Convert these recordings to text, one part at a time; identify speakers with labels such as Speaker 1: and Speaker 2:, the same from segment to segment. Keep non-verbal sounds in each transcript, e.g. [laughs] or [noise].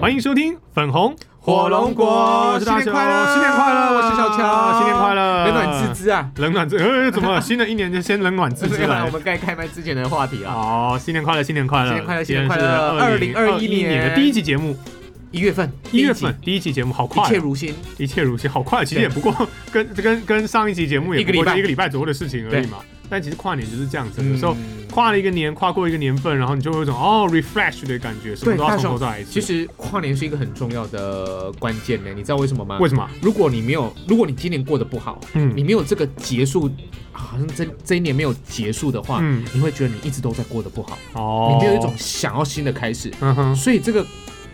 Speaker 1: 欢迎收听粉红
Speaker 2: 火龙果
Speaker 1: 我是大
Speaker 2: 新年
Speaker 1: 雄
Speaker 2: 快乐
Speaker 1: 新年快乐，我是小乔，新年快乐，
Speaker 2: 冷暖自知啊！
Speaker 1: 冷暖自呃，怎么了新的一年就先冷暖自知
Speaker 2: [laughs] 没有啦
Speaker 1: 了
Speaker 2: 我？们该开麦之前的话题啊，
Speaker 1: 好，新年快乐，新年快乐，
Speaker 2: 新年快乐
Speaker 1: 今天
Speaker 2: 新年快乐
Speaker 1: 是2021
Speaker 2: 2021
Speaker 1: 年的第一期节目，
Speaker 2: 一月份，
Speaker 1: 一月
Speaker 2: 第集
Speaker 1: 份第一期节目，好快
Speaker 2: 一
Speaker 1: 哦，
Speaker 2: 切如新，
Speaker 1: 一切如新，好快。其实也不过跟跟跟上一期节目也
Speaker 2: 一个
Speaker 1: 不过
Speaker 2: 礼拜
Speaker 1: 就一个礼拜左右的事情而已嘛。但其实跨年就是这样子，有时候
Speaker 2: 嗯
Speaker 1: 跨了一个年，跨过一个年份，然后你就会有一种哦 refresh 的感觉，什么
Speaker 2: 对
Speaker 1: 都要
Speaker 2: 大
Speaker 1: 从
Speaker 2: 雄
Speaker 1: 头再来一次。
Speaker 2: 其实跨年是一个很重要的关键呢，你知道为什么吗
Speaker 1: 为？什么？
Speaker 2: 如果你没有，如果你今年过得不好，
Speaker 1: 嗯
Speaker 2: 你没有这个结束，好像这这一年没有结束的话，
Speaker 1: 嗯
Speaker 2: 你会觉得你一直都在过得不好，
Speaker 1: 哦，
Speaker 2: 你没有一种想要新的开始。
Speaker 1: 嗯哼
Speaker 2: 所以这个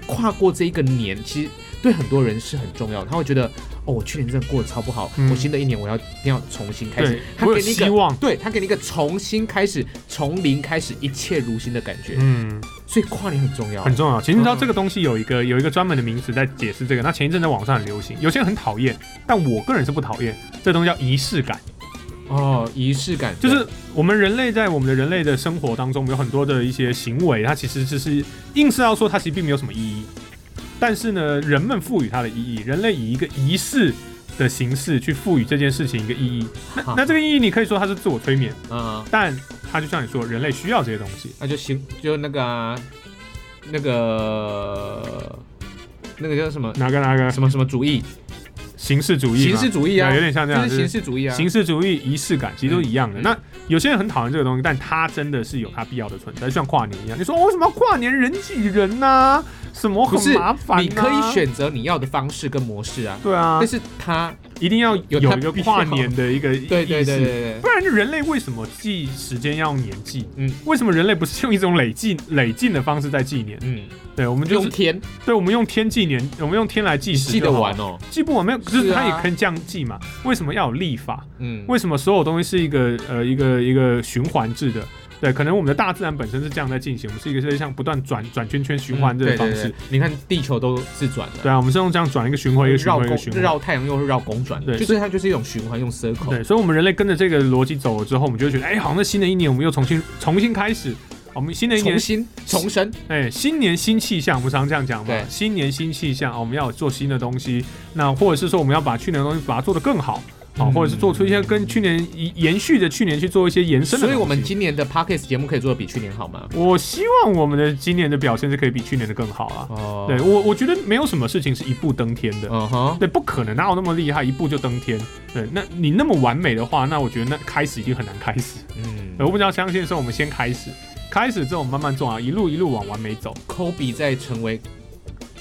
Speaker 2: 跨过这一个年，其实对很多人是很重要的。他会觉得，哦，我去年真的过得超不好，
Speaker 1: 嗯
Speaker 2: 我新的一年我要一定要重新开始
Speaker 1: 对。，
Speaker 2: 他
Speaker 1: 我有
Speaker 2: 给你一
Speaker 1: 希
Speaker 2: 个，
Speaker 1: 望。
Speaker 2: 对他给你一个重新开始，从零开始，一切如新的感觉。
Speaker 1: 嗯，
Speaker 2: 所以跨年很重要，
Speaker 1: 很重要。其实你知道
Speaker 2: 嗯
Speaker 1: 这个东西有一个有一个专门的名词在解释这个。那前一阵在网上很流行，有些人很讨厌，但我个人是不讨厌。这东西叫仪式感。
Speaker 2: 哦，仪式感
Speaker 1: 就是我们人类在我们的人类的生活当中，我们有很多的一些行为，它其实就是硬是要说它其实并没有什么意义，但是呢，人们赋予它的意义，人类以一个仪式的形式去赋予这件事情一个意义。
Speaker 2: 那
Speaker 1: 那这个意义，你可以说它是自我催眠，
Speaker 2: 嗯，
Speaker 1: 但它就像你说，人类需要这些东西。
Speaker 2: 那就行，就那个啊那个那个叫什么
Speaker 1: 哪个哪个
Speaker 2: 什么什么主义，
Speaker 1: 形式主义
Speaker 2: 形
Speaker 1: 嘛？
Speaker 2: 式主义啊
Speaker 1: 对有，点像这
Speaker 2: 就
Speaker 1: 样，
Speaker 2: 是
Speaker 1: 就是
Speaker 2: 形式主义啊，
Speaker 1: 形式主义、仪式感其实都一样的。
Speaker 2: 嗯
Speaker 1: 那有些人很讨厌这个东西，但它真的是有它必要的存在，就像跨年一样。你说、哦为什么要跨年人挤人呢、什么
Speaker 2: 不
Speaker 1: 很
Speaker 2: 是
Speaker 1: 麻烦、
Speaker 2: 你可以。选择你要的方式跟模式啊，
Speaker 1: 对啊
Speaker 2: 但，是它
Speaker 1: 一定要有
Speaker 2: 有它
Speaker 1: 一个
Speaker 2: 必要
Speaker 1: 跨年的一个意识，
Speaker 2: 对对对对对
Speaker 1: 不然人类为什么记时间要用年纪？嗯
Speaker 2: 嗯，
Speaker 1: 为什么人类不是用一种累进 [laughs] 累进的方式在纪年？
Speaker 2: 嗯，
Speaker 1: 对，我们就
Speaker 2: 用
Speaker 1: 是
Speaker 2: 天
Speaker 1: 对，我们用天纪年，我们用天来计时，
Speaker 2: 记得完，哦，
Speaker 1: 记不完没有，可是
Speaker 2: 是啊
Speaker 1: 它也可以这样记嘛？为什么要有历法？
Speaker 2: 嗯，
Speaker 1: 为什么所有东西是一个呃一个一个循环制的？对，可能我们的大自然本身是这样在进行，我们是一个是像不断转转圈圈循环这个
Speaker 2: 嗯对
Speaker 1: 方
Speaker 2: 对
Speaker 1: 式。
Speaker 2: 对，你看地球都自转的，
Speaker 1: 对啊，我们是用这样转一个循环一个循
Speaker 2: 绕
Speaker 1: 环一个
Speaker 2: 公
Speaker 1: 循环。
Speaker 2: 绕太阳又是绕公转，
Speaker 1: 对
Speaker 2: 就是它就是一种循环，用 circle，
Speaker 1: 对，啊所以我们人类跟着这个逻辑走了之后，我们就会觉得，哎、好像在新的一年我们又重新 [laughs] 重新开始。哦我们新的一年
Speaker 2: 重，新重生，
Speaker 1: 哎、新年新气象，我们常这样讲嘛
Speaker 2: 对。
Speaker 1: 新年新气象啊，我们要做新的东西，那或者是说我们要把去年的东西把它做得更好啊，
Speaker 2: 嗯
Speaker 1: 或者是做出一些跟去年延延续着去年去做一些延伸的东西。
Speaker 2: 所以我们今年的 podcast 节目可以做的比去年好吗？
Speaker 1: 我希望我们的今年的表现是可以比去年的更好啊。
Speaker 2: 哦
Speaker 1: 对我，我觉得没有什么事情是一步登天的。
Speaker 2: 嗯哼，
Speaker 1: 对，不可能哪有那么厉害，一步就登天。对，那你那么完美的话，那我觉得那开始一定很难开始。
Speaker 2: 嗯
Speaker 1: 对我比较相信说，我们先开始，开始之后我们慢慢做啊，一路一路往完美走。
Speaker 2: ，Kobe 在成为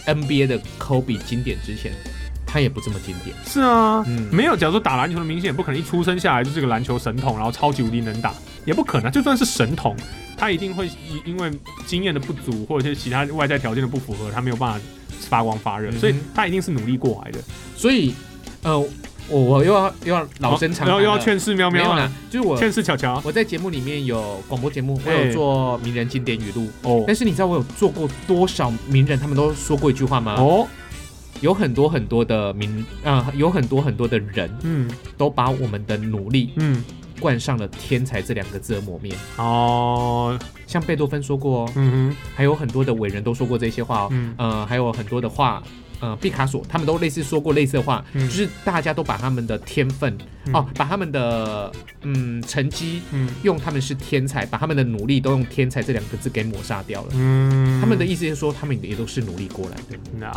Speaker 2: NBA 的 Kobe 经典之前，他也不这么经典。
Speaker 1: 是啊，
Speaker 2: 嗯
Speaker 1: 没有。假如说打篮球的明星，也不可能一出生下来就是个篮球神童，然后超级无敌能打，也不可能啊。就算是神童，他一定会因因为经验的不足，或者是其他外在条件的不符合，他没有办法发光发热，
Speaker 2: 嗯哼
Speaker 1: 所以他一定是努力过来的。
Speaker 2: 所以，呃，我我又要哦又要老生
Speaker 1: 然
Speaker 2: 常谈
Speaker 1: 后
Speaker 2: 了，
Speaker 1: 哦又要劝世喵
Speaker 2: 没
Speaker 1: 喵啊
Speaker 2: 有
Speaker 1: 了
Speaker 2: 啦，，就是我
Speaker 1: 劝世巧巧
Speaker 2: 我在节目里面有广播节目，我
Speaker 1: 哎
Speaker 2: 有做名人经典语录，
Speaker 1: 哦
Speaker 2: 但是你知道我有做过多少名人他们都说过一句话吗？
Speaker 1: 哦，
Speaker 2: 有很多很多的名啊、有很多很多的人
Speaker 1: 嗯
Speaker 2: 都把我们的努力
Speaker 1: 嗯
Speaker 2: 冠上了“天才”这两个字的抹灭。
Speaker 1: 哦
Speaker 2: 像贝多芬说过哦，
Speaker 1: 嗯
Speaker 2: 还有很多的伟人都说过这些话哦
Speaker 1: 哼，嗯
Speaker 2: 呃，还有很多的话，呃，毕卡索他们都类似说过类似的话，
Speaker 1: 嗯
Speaker 2: 就是大家都把他们的天分、
Speaker 1: 嗯
Speaker 2: 哦，把他们的嗯成绩
Speaker 1: 嗯
Speaker 2: 用他们是天才，把他们的努力都用天才这两个字给抹杀掉了。
Speaker 1: 嗯，
Speaker 2: 他们的意思是说，他们也都是努力过来的，
Speaker 1: 那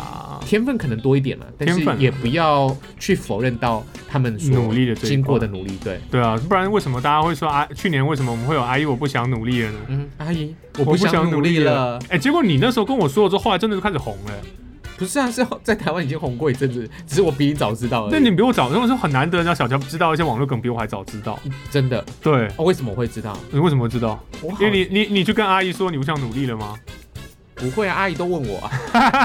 Speaker 2: 天分可能多一点了，但
Speaker 1: 天
Speaker 2: 是
Speaker 1: 分
Speaker 2: 也不要去否认到他们所
Speaker 1: 努力的这一
Speaker 2: 经过
Speaker 1: 块
Speaker 2: 的努力。对，
Speaker 1: 对啊，不然为什么大家会说啊？去年为什么我们会有阿哎姨我不想努力了呢？
Speaker 2: 嗯，阿姨，
Speaker 1: 我
Speaker 2: 我不想努力了。
Speaker 1: 哎、结果你那时候跟我说了之后，后来真的就开始红了、
Speaker 2: 不是啊，是在台湾已经红过一阵子，只是我比你早知道而已。
Speaker 1: 那你比我早，那时候很难得，让小乔知道一些网络梗比我还早知道。
Speaker 2: 真的，
Speaker 1: 对，
Speaker 2: 哦，为什么我会知道？
Speaker 1: 你为什么知道？
Speaker 2: 我好
Speaker 1: 因为你你你去跟阿姨说你不想努力了吗？
Speaker 2: 不会啊，阿姨都问
Speaker 1: [laughs]
Speaker 2: 我、啊，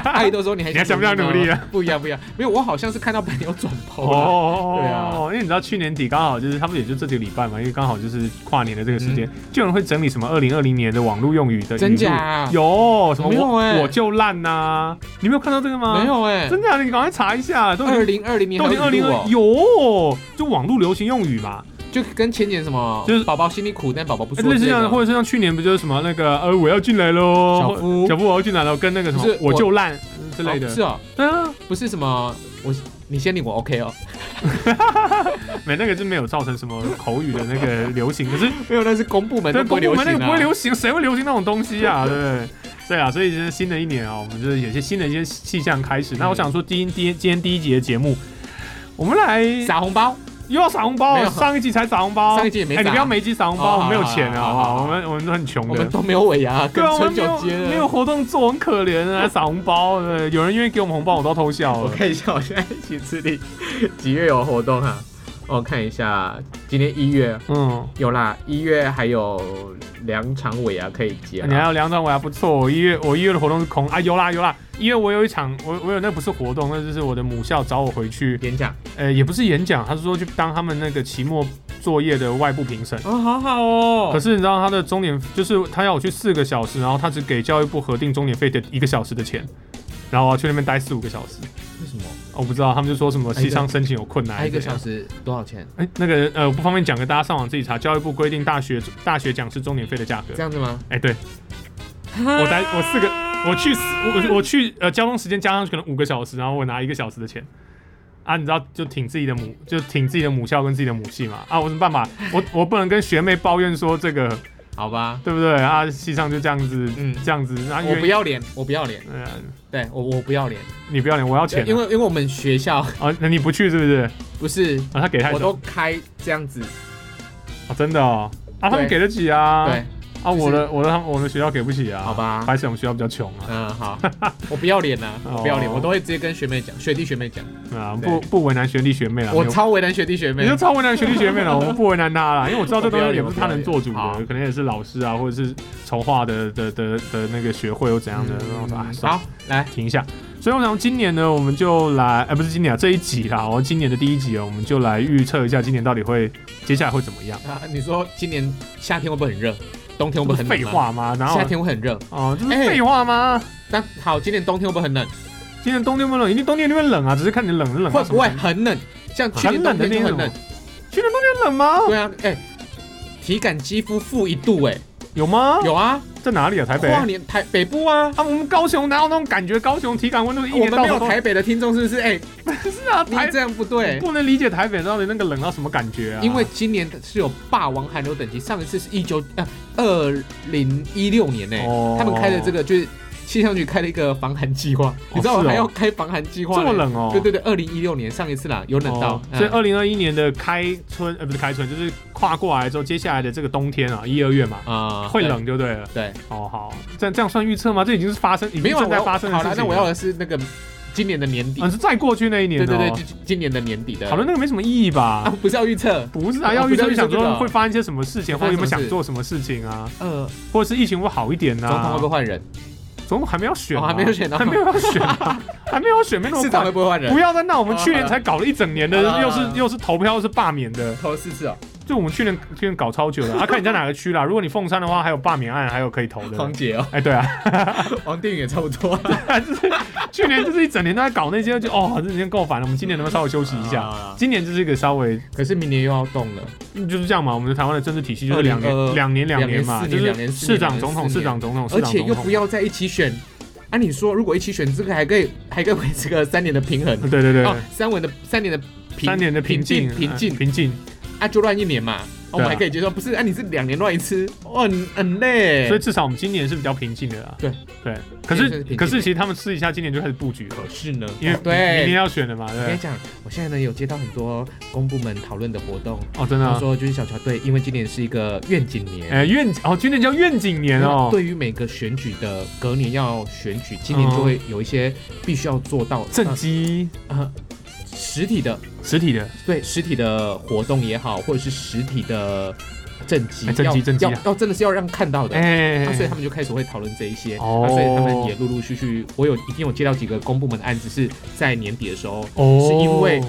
Speaker 2: 阿姨都说你还
Speaker 1: 你还想不想努力
Speaker 2: 啊？不一样，不一样，没有，我好像是看到朋友转
Speaker 1: 哦
Speaker 2: 头了。
Speaker 1: 哦，
Speaker 2: 对啊
Speaker 1: 哦因为你知道去年底刚好就是他们也就这几个礼拜嘛，因为刚好就是跨年的这个时间，就有人会整理什么二零二零年的网络用语的语录
Speaker 2: 嗯真假啊
Speaker 1: 有什么
Speaker 2: 没有
Speaker 1: 我、
Speaker 2: 欸
Speaker 1: 我就烂呐、你没有看到这个吗？
Speaker 2: 没，有哎、
Speaker 1: 真假的？你赶快查一下，都已经
Speaker 2: 二零二零年
Speaker 1: 都已经二
Speaker 2: 还
Speaker 1: 零
Speaker 2: 有录
Speaker 1: 二
Speaker 2: 哦，
Speaker 1: 有，就网络流行用语嘛，
Speaker 2: 就跟前年什么，
Speaker 1: 就是
Speaker 2: 宝宝心里苦，但宝宝不说
Speaker 1: 哎类似
Speaker 2: 之类的
Speaker 1: 像或者是像去年不就是什么那个呃我要进来喽，
Speaker 2: 小夫
Speaker 1: 小夫我要进来了，跟那个什么
Speaker 2: 不是
Speaker 1: 我就烂，之类的。
Speaker 2: 哦是哦，
Speaker 1: 对啊，
Speaker 2: 不是什么我你先领我 OK 哦， [laughs]
Speaker 1: 没那个就没有造成什么口语的那个流行，
Speaker 2: [laughs]
Speaker 1: 可是
Speaker 2: 没有那是公部门都
Speaker 1: 对
Speaker 2: 不
Speaker 1: 公部
Speaker 2: 会流
Speaker 1: 门那
Speaker 2: 行
Speaker 1: 个不会
Speaker 2: 啊。
Speaker 1: 流行，谁会流行那种东西
Speaker 2: [laughs]
Speaker 1: 啊？对不对？对啊，所以就是新的一年啊，我们就是有些新的一些气象开
Speaker 2: 嗯
Speaker 1: 始。那我想说，第一第一今天第一集的节目，我们来
Speaker 2: 撒红包，
Speaker 1: 又要撒红包
Speaker 2: 没
Speaker 1: 了，
Speaker 2: 有
Speaker 1: 上一集才撒红包，
Speaker 2: 上一集也没
Speaker 1: 哎，你
Speaker 2: 撒
Speaker 1: 不要每一集撒红包，
Speaker 2: 哦
Speaker 1: 我们没有
Speaker 2: 好好
Speaker 1: 钱啊，好
Speaker 2: 好
Speaker 1: 不
Speaker 2: 好
Speaker 1: 好？
Speaker 2: 好
Speaker 1: 我们我们都很穷
Speaker 2: 我
Speaker 1: 的
Speaker 2: 们。都没有尾牙，
Speaker 1: 对
Speaker 2: 跟
Speaker 1: 啊，我们
Speaker 2: 春
Speaker 1: 没有
Speaker 2: 酒接
Speaker 1: 没有
Speaker 2: 了。
Speaker 1: 活动做，很可怜
Speaker 2: [laughs]
Speaker 1: 啊，撒红包。对，有人愿意给我们红包，我都要偷笑
Speaker 2: 我
Speaker 1: 了。
Speaker 2: 看一下，我现在几次里几月有活动啊？我看一下，今天一月
Speaker 1: 嗯，
Speaker 2: 有啦，一月还有两场尾牙可以接啊啦。
Speaker 1: 你还有两场我还不错，我一月我一月的活动是空啊，有啦有啦，因为我有一场，我我有那不是活动，那就是我的母校找我回去，
Speaker 2: 演讲
Speaker 1: 呃，也不是演讲，他是说去当他们那个期末作业的外部评审。
Speaker 2: 哦，好好哦
Speaker 1: 可是你知道他的终点就是他要我去四个小时，然后他只给教育部核定终点费的一个小时的钱，然后我要去那边待四五个小时。
Speaker 2: 为什么？
Speaker 1: 哦我不知道，他们就说什么
Speaker 2: 哎
Speaker 1: 西
Speaker 2: 一个
Speaker 1: 商申请有困难，
Speaker 2: 还一个
Speaker 1: 怎样
Speaker 2: 小时多少钱？
Speaker 1: 哎，那个呃，我不方便讲，给大家上网自己查。教育部规定大学大学讲师钟点费的价格
Speaker 2: 这。样子吗？
Speaker 1: 哎，对，我
Speaker 2: [laughs]
Speaker 1: 待我四个，我去四我我去呃，交通时间加上去可能五个小时，然后我拿一个小时的钱。啊，你知道就挺自己的母，就挺自己的母校跟自己的母系嘛。啊，我有什么办法？我我不能跟学妹抱怨说这个，
Speaker 2: 好吧，
Speaker 1: 对不对？啊，系上就这样子，
Speaker 2: 嗯
Speaker 1: 这样子。啊，
Speaker 2: 我不
Speaker 1: 要，
Speaker 2: 要脸，我不要脸，
Speaker 1: 呃，
Speaker 2: 对我我不要脸，
Speaker 1: 你不要脸，我要钱啊、
Speaker 2: 因为因为我们学校
Speaker 1: 啊，那你不去是不是？
Speaker 2: 不是，
Speaker 1: 啊，他给太
Speaker 2: 我
Speaker 1: 少，
Speaker 2: 都开这样子，
Speaker 1: 啊，真的哦。啊，他们给
Speaker 2: 对
Speaker 1: 得起啊。
Speaker 2: 对，
Speaker 1: 啊，
Speaker 2: 就是
Speaker 1: 我的我的他们我们学校给不起啊，
Speaker 2: 好吧
Speaker 1: 还是我们学校比较穷啊，
Speaker 2: 嗯好，我不要脸呐，
Speaker 1: 哦
Speaker 2: 我不要脸，我都会直接跟学妹讲，学弟学妹讲，
Speaker 1: 啊，
Speaker 2: 对
Speaker 1: 不不为难学弟学妹啦，啊
Speaker 2: 我
Speaker 1: 没有
Speaker 2: 超为难学弟学妹
Speaker 1: 你就，超为难学弟学妹
Speaker 2: [laughs]
Speaker 1: 了，我们不为难他啦，因为我知道这东
Speaker 2: 我不要
Speaker 1: 西
Speaker 2: 脸
Speaker 1: 也不是他能做主
Speaker 2: 我不
Speaker 1: 的，
Speaker 2: 要脸
Speaker 1: 可能也是老师啊，或者是筹划的的的的那个学会又怎样的，然后我说啊，算了，
Speaker 2: 嗯好，来，
Speaker 1: 停一下。所以我想今年呢，我们就来，哎、不是今年啊，这一集啦，我今年的第一集啊，我们就来预测一下今年到底会接下来会怎么样。
Speaker 2: 啊，你说今年夏天会不会很热？冬天会不会很冷
Speaker 1: 废
Speaker 2: 吗？
Speaker 1: 话吗？然后
Speaker 2: 夏天会很热，
Speaker 1: 哦，这不是
Speaker 2: 哎
Speaker 1: 废话吗？
Speaker 2: 但好，今年冬天会不会很冷？
Speaker 1: 今年冬天不冷，一定冬天就会冷啊，只是看你冷不冷到
Speaker 2: 会
Speaker 1: 什
Speaker 2: 不
Speaker 1: 么
Speaker 2: 会
Speaker 1: 程度。
Speaker 2: 很冷？像去年冬天就很
Speaker 1: 很冷的那
Speaker 2: 冷
Speaker 1: 种，去年冬天冷吗？
Speaker 2: 对啊，哎，体感肌肤负一度，哎，
Speaker 1: 有吗？
Speaker 2: 有啊，
Speaker 1: 在哪里啊？台北
Speaker 2: 跨
Speaker 1: 啊？
Speaker 2: 年台北部啊，
Speaker 1: 我们高雄哪有那种感觉？高雄体感温度一
Speaker 2: 我
Speaker 1: 年
Speaker 2: 们
Speaker 1: 到
Speaker 2: 没有
Speaker 1: 头都 [laughs]
Speaker 2: 台北的听众是不是？哎，
Speaker 1: 是啊，
Speaker 2: 你
Speaker 1: 台
Speaker 2: 这样不对，
Speaker 1: 不能理解台北到底那个冷到什么感觉啊？
Speaker 2: 因为今年是有霸王寒流等级，上一次是一九呃二零一六年呢、
Speaker 1: 哦
Speaker 2: 他们开的这个就是气象局开了一个防寒计划，你知道我
Speaker 1: 是哦
Speaker 2: 还要开防寒计划
Speaker 1: 这
Speaker 2: 呢、
Speaker 1: 么冷哦，
Speaker 2: 对对对，二零一六年上一次啦，有冷到
Speaker 1: 哦，
Speaker 2: 嗯
Speaker 1: 所以二零二一年的开春呃不是开春，就是跨过来之后，接下来的这个冬天啊，一二月嘛，
Speaker 2: 啊
Speaker 1: 会。冷就对了。
Speaker 2: 对，
Speaker 1: 哦好，这样这样算预测吗？这已经是发生，已
Speaker 2: 没
Speaker 1: 经
Speaker 2: 有啊
Speaker 1: 正
Speaker 2: 我
Speaker 1: 在
Speaker 2: 要
Speaker 1: 发生的
Speaker 2: 好
Speaker 1: 事
Speaker 2: 了，
Speaker 1: 情。
Speaker 2: 那我要的是那个今年的年底，
Speaker 1: 啊，是再过去那一年
Speaker 2: 对
Speaker 1: 哦。
Speaker 2: 对对，就今年的年底的。
Speaker 1: 讨论那个没什么意义
Speaker 2: 啊
Speaker 1: 吧？，
Speaker 2: 不是要预测，
Speaker 1: 不是啊，
Speaker 2: 我
Speaker 1: 要预测就想
Speaker 2: 哦不知道这
Speaker 1: 说
Speaker 2: 个
Speaker 1: 会发生些什么事情，或者有没有
Speaker 2: 发生什么
Speaker 1: 想
Speaker 2: 事
Speaker 1: 做什么事情啊，
Speaker 2: 呃，
Speaker 1: 或者是疫情会好一点
Speaker 2: 总统
Speaker 1: 呐
Speaker 2: 会不会？换人？
Speaker 1: 总统还没有选啊，
Speaker 2: 哦还没有选啊
Speaker 1: 还没有要选
Speaker 2: [laughs]
Speaker 1: 啊，还没有选，没那么
Speaker 2: 市长
Speaker 1: 快
Speaker 2: 会。不会换人
Speaker 1: 不？要再闹！我们去年才搞了一整年的，
Speaker 2: 好了
Speaker 1: 又
Speaker 2: 好了
Speaker 1: 是又是投票，又是罢免的，
Speaker 2: 投了四次哦，
Speaker 1: 就我们去年去年搞超久了。啊，看你在哪个区啦。如果你凤山的话，还有罢免案，还有可以投
Speaker 2: 黄
Speaker 1: 的。
Speaker 2: 姐哦， [laughs]
Speaker 1: 哎，对啊， [laughs]
Speaker 2: 黄定宇也差不多。啊
Speaker 1: 就是去年就是一整年都在搞那些，就哦，这已经够烦了。我们今年能不能稍微休息一
Speaker 2: 好
Speaker 1: 下？
Speaker 2: 啦好啦
Speaker 1: 今年就是一个稍微
Speaker 2: 可是明年又要动了。
Speaker 1: 嗯就是这样嘛。我们的台湾的政治体系就是两年
Speaker 2: 2022
Speaker 1: 两年两年嘛，
Speaker 2: 两年四年
Speaker 1: 就
Speaker 2: 两年
Speaker 1: 是
Speaker 2: 四年
Speaker 1: 市长总
Speaker 2: 两
Speaker 1: 统
Speaker 2: 年四
Speaker 1: 市
Speaker 2: 年
Speaker 1: 长总统市
Speaker 2: 而
Speaker 1: 长
Speaker 2: 且
Speaker 1: 总
Speaker 2: 又不
Speaker 1: 统。
Speaker 2: 要在一起选。啊，你说如果一起选，这个还可以还可以维持个三年的平衡。
Speaker 1: 对对对，
Speaker 2: 哦，三文的三年的平
Speaker 1: 三年的平静
Speaker 2: 平
Speaker 1: 呃
Speaker 2: 静
Speaker 1: 平静。
Speaker 2: 啊，就乱一年嘛。我
Speaker 1: 对啊
Speaker 2: 们还可以接受，不是啊？你是两年乱一次，哦，很很累。
Speaker 1: 所以至少我们今年是比较平静的啦。
Speaker 2: 对
Speaker 1: 对，可
Speaker 2: 今年算是
Speaker 1: 是
Speaker 2: 平静
Speaker 1: 可是其实他们私底下今年就开始布局了，
Speaker 2: 是呢，哦
Speaker 1: 因为明明年
Speaker 2: 对。
Speaker 1: 要选了嘛，
Speaker 2: 我跟
Speaker 1: 对
Speaker 2: 你。讲，我现在呢有接到很多公部门讨论的活动，
Speaker 1: 哦，真的
Speaker 2: 他
Speaker 1: 啊。
Speaker 2: 说就是小乔对，因为今年是一个愿景年，
Speaker 1: 哎，愿景哦，今年叫愿景年
Speaker 2: 那
Speaker 1: 哦。
Speaker 2: 对于每个选举的隔年要选举，今年就会有一些必须要做到
Speaker 1: 嗯政绩
Speaker 2: 呃呃实体的
Speaker 1: 实体的，
Speaker 2: 对实体的活动也好，或者是实体的政绩，
Speaker 1: 哎政绩
Speaker 2: 要
Speaker 1: 政绩啊
Speaker 2: 要要真的是要让看到的。
Speaker 1: 哎
Speaker 2: 啊，所以他们就开始会讨论这一些，
Speaker 1: 哦
Speaker 2: 啊，所以他们也陆陆续续，我有一定有接到几个公部门的案子，是在年底的时候，
Speaker 1: 哦
Speaker 2: 是因为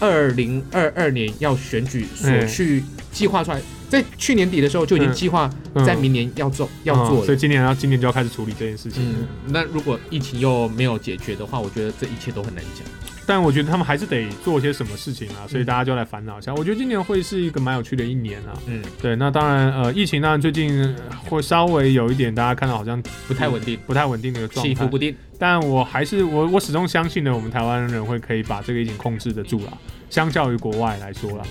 Speaker 2: 二零二二年要选举所去计划出来，在去年底的时候就已经计划
Speaker 1: 哎嗯
Speaker 2: 在明年要做要
Speaker 1: 嗯
Speaker 2: 做
Speaker 1: 所
Speaker 2: 了
Speaker 1: 以。今年要今年就要开始处理这件事情
Speaker 2: 嗯
Speaker 1: 了。，
Speaker 2: 那如果疫情又没有解决的话，我觉得这一切都很难讲。
Speaker 1: 但我觉得他们还是得做些什么事情啊，所以大家就来烦恼一下。我觉得今年会是一个蛮有趣的一年啊。
Speaker 2: 嗯，
Speaker 1: 对，那当然，呃，疫情当然最近会稍微有一点，大家看到好像
Speaker 2: 不太稳定，
Speaker 1: 不太稳定的一个状
Speaker 2: 起伏
Speaker 1: 态。
Speaker 2: 不定。
Speaker 1: 但我还是我我始终相信呢，我们台湾人会可以把这个疫情控制得住啦。相较于国外来说啦，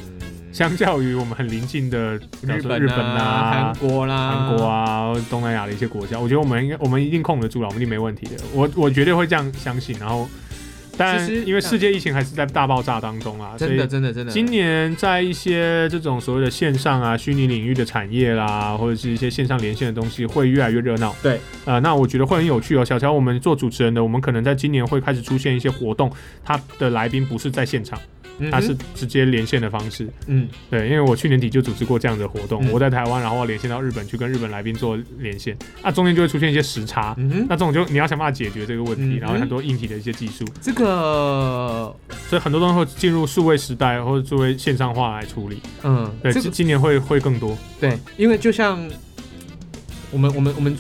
Speaker 1: 相较于我们很邻近的比方
Speaker 2: 日
Speaker 1: 说
Speaker 2: 本、
Speaker 1: 嗯日本
Speaker 2: 啊、韩
Speaker 1: 啊、
Speaker 2: 国啦、
Speaker 1: 韩国，啊、东南亚的一些国家，我觉得我们应该我们一定控得住了，我们一定没问题的。我我绝对会这样相信。然后，但
Speaker 2: 其实
Speaker 1: 因为世界疫情还是在大爆炸当中啊，所
Speaker 2: 真的
Speaker 1: 以
Speaker 2: 真的真的，
Speaker 1: 今年在一些这种所谓的线上啊、虚拟领域的产业啦，或者是一些线上连线的东西，会越来越热闹。
Speaker 2: 对，
Speaker 1: 啊，那我觉得会很有趣哦。小乔，我们做主持人的，我们可能在今年会开始出现一些活动，他的来宾不是在现场，
Speaker 2: 嗯哼
Speaker 1: 他是直接连线的方式。
Speaker 2: 嗯
Speaker 1: 对，因为我去年底就组织过这样的活动，
Speaker 2: 嗯
Speaker 1: 我在台湾，然后连线到日本去跟日本来宾做连线，那、中间就会出现一些时差，
Speaker 2: 嗯哼，
Speaker 1: 那这种就你要想办法解决这个问题，
Speaker 2: 嗯
Speaker 1: 然后很多硬体的一些技术，
Speaker 2: 这个
Speaker 1: 所以很多东西会进入数位时代或者作为线上化来处理。
Speaker 2: 嗯，
Speaker 1: 对，
Speaker 2: 这
Speaker 1: 今
Speaker 2: 个
Speaker 1: 今年会会更多，
Speaker 2: 对，因为就像我们我们我们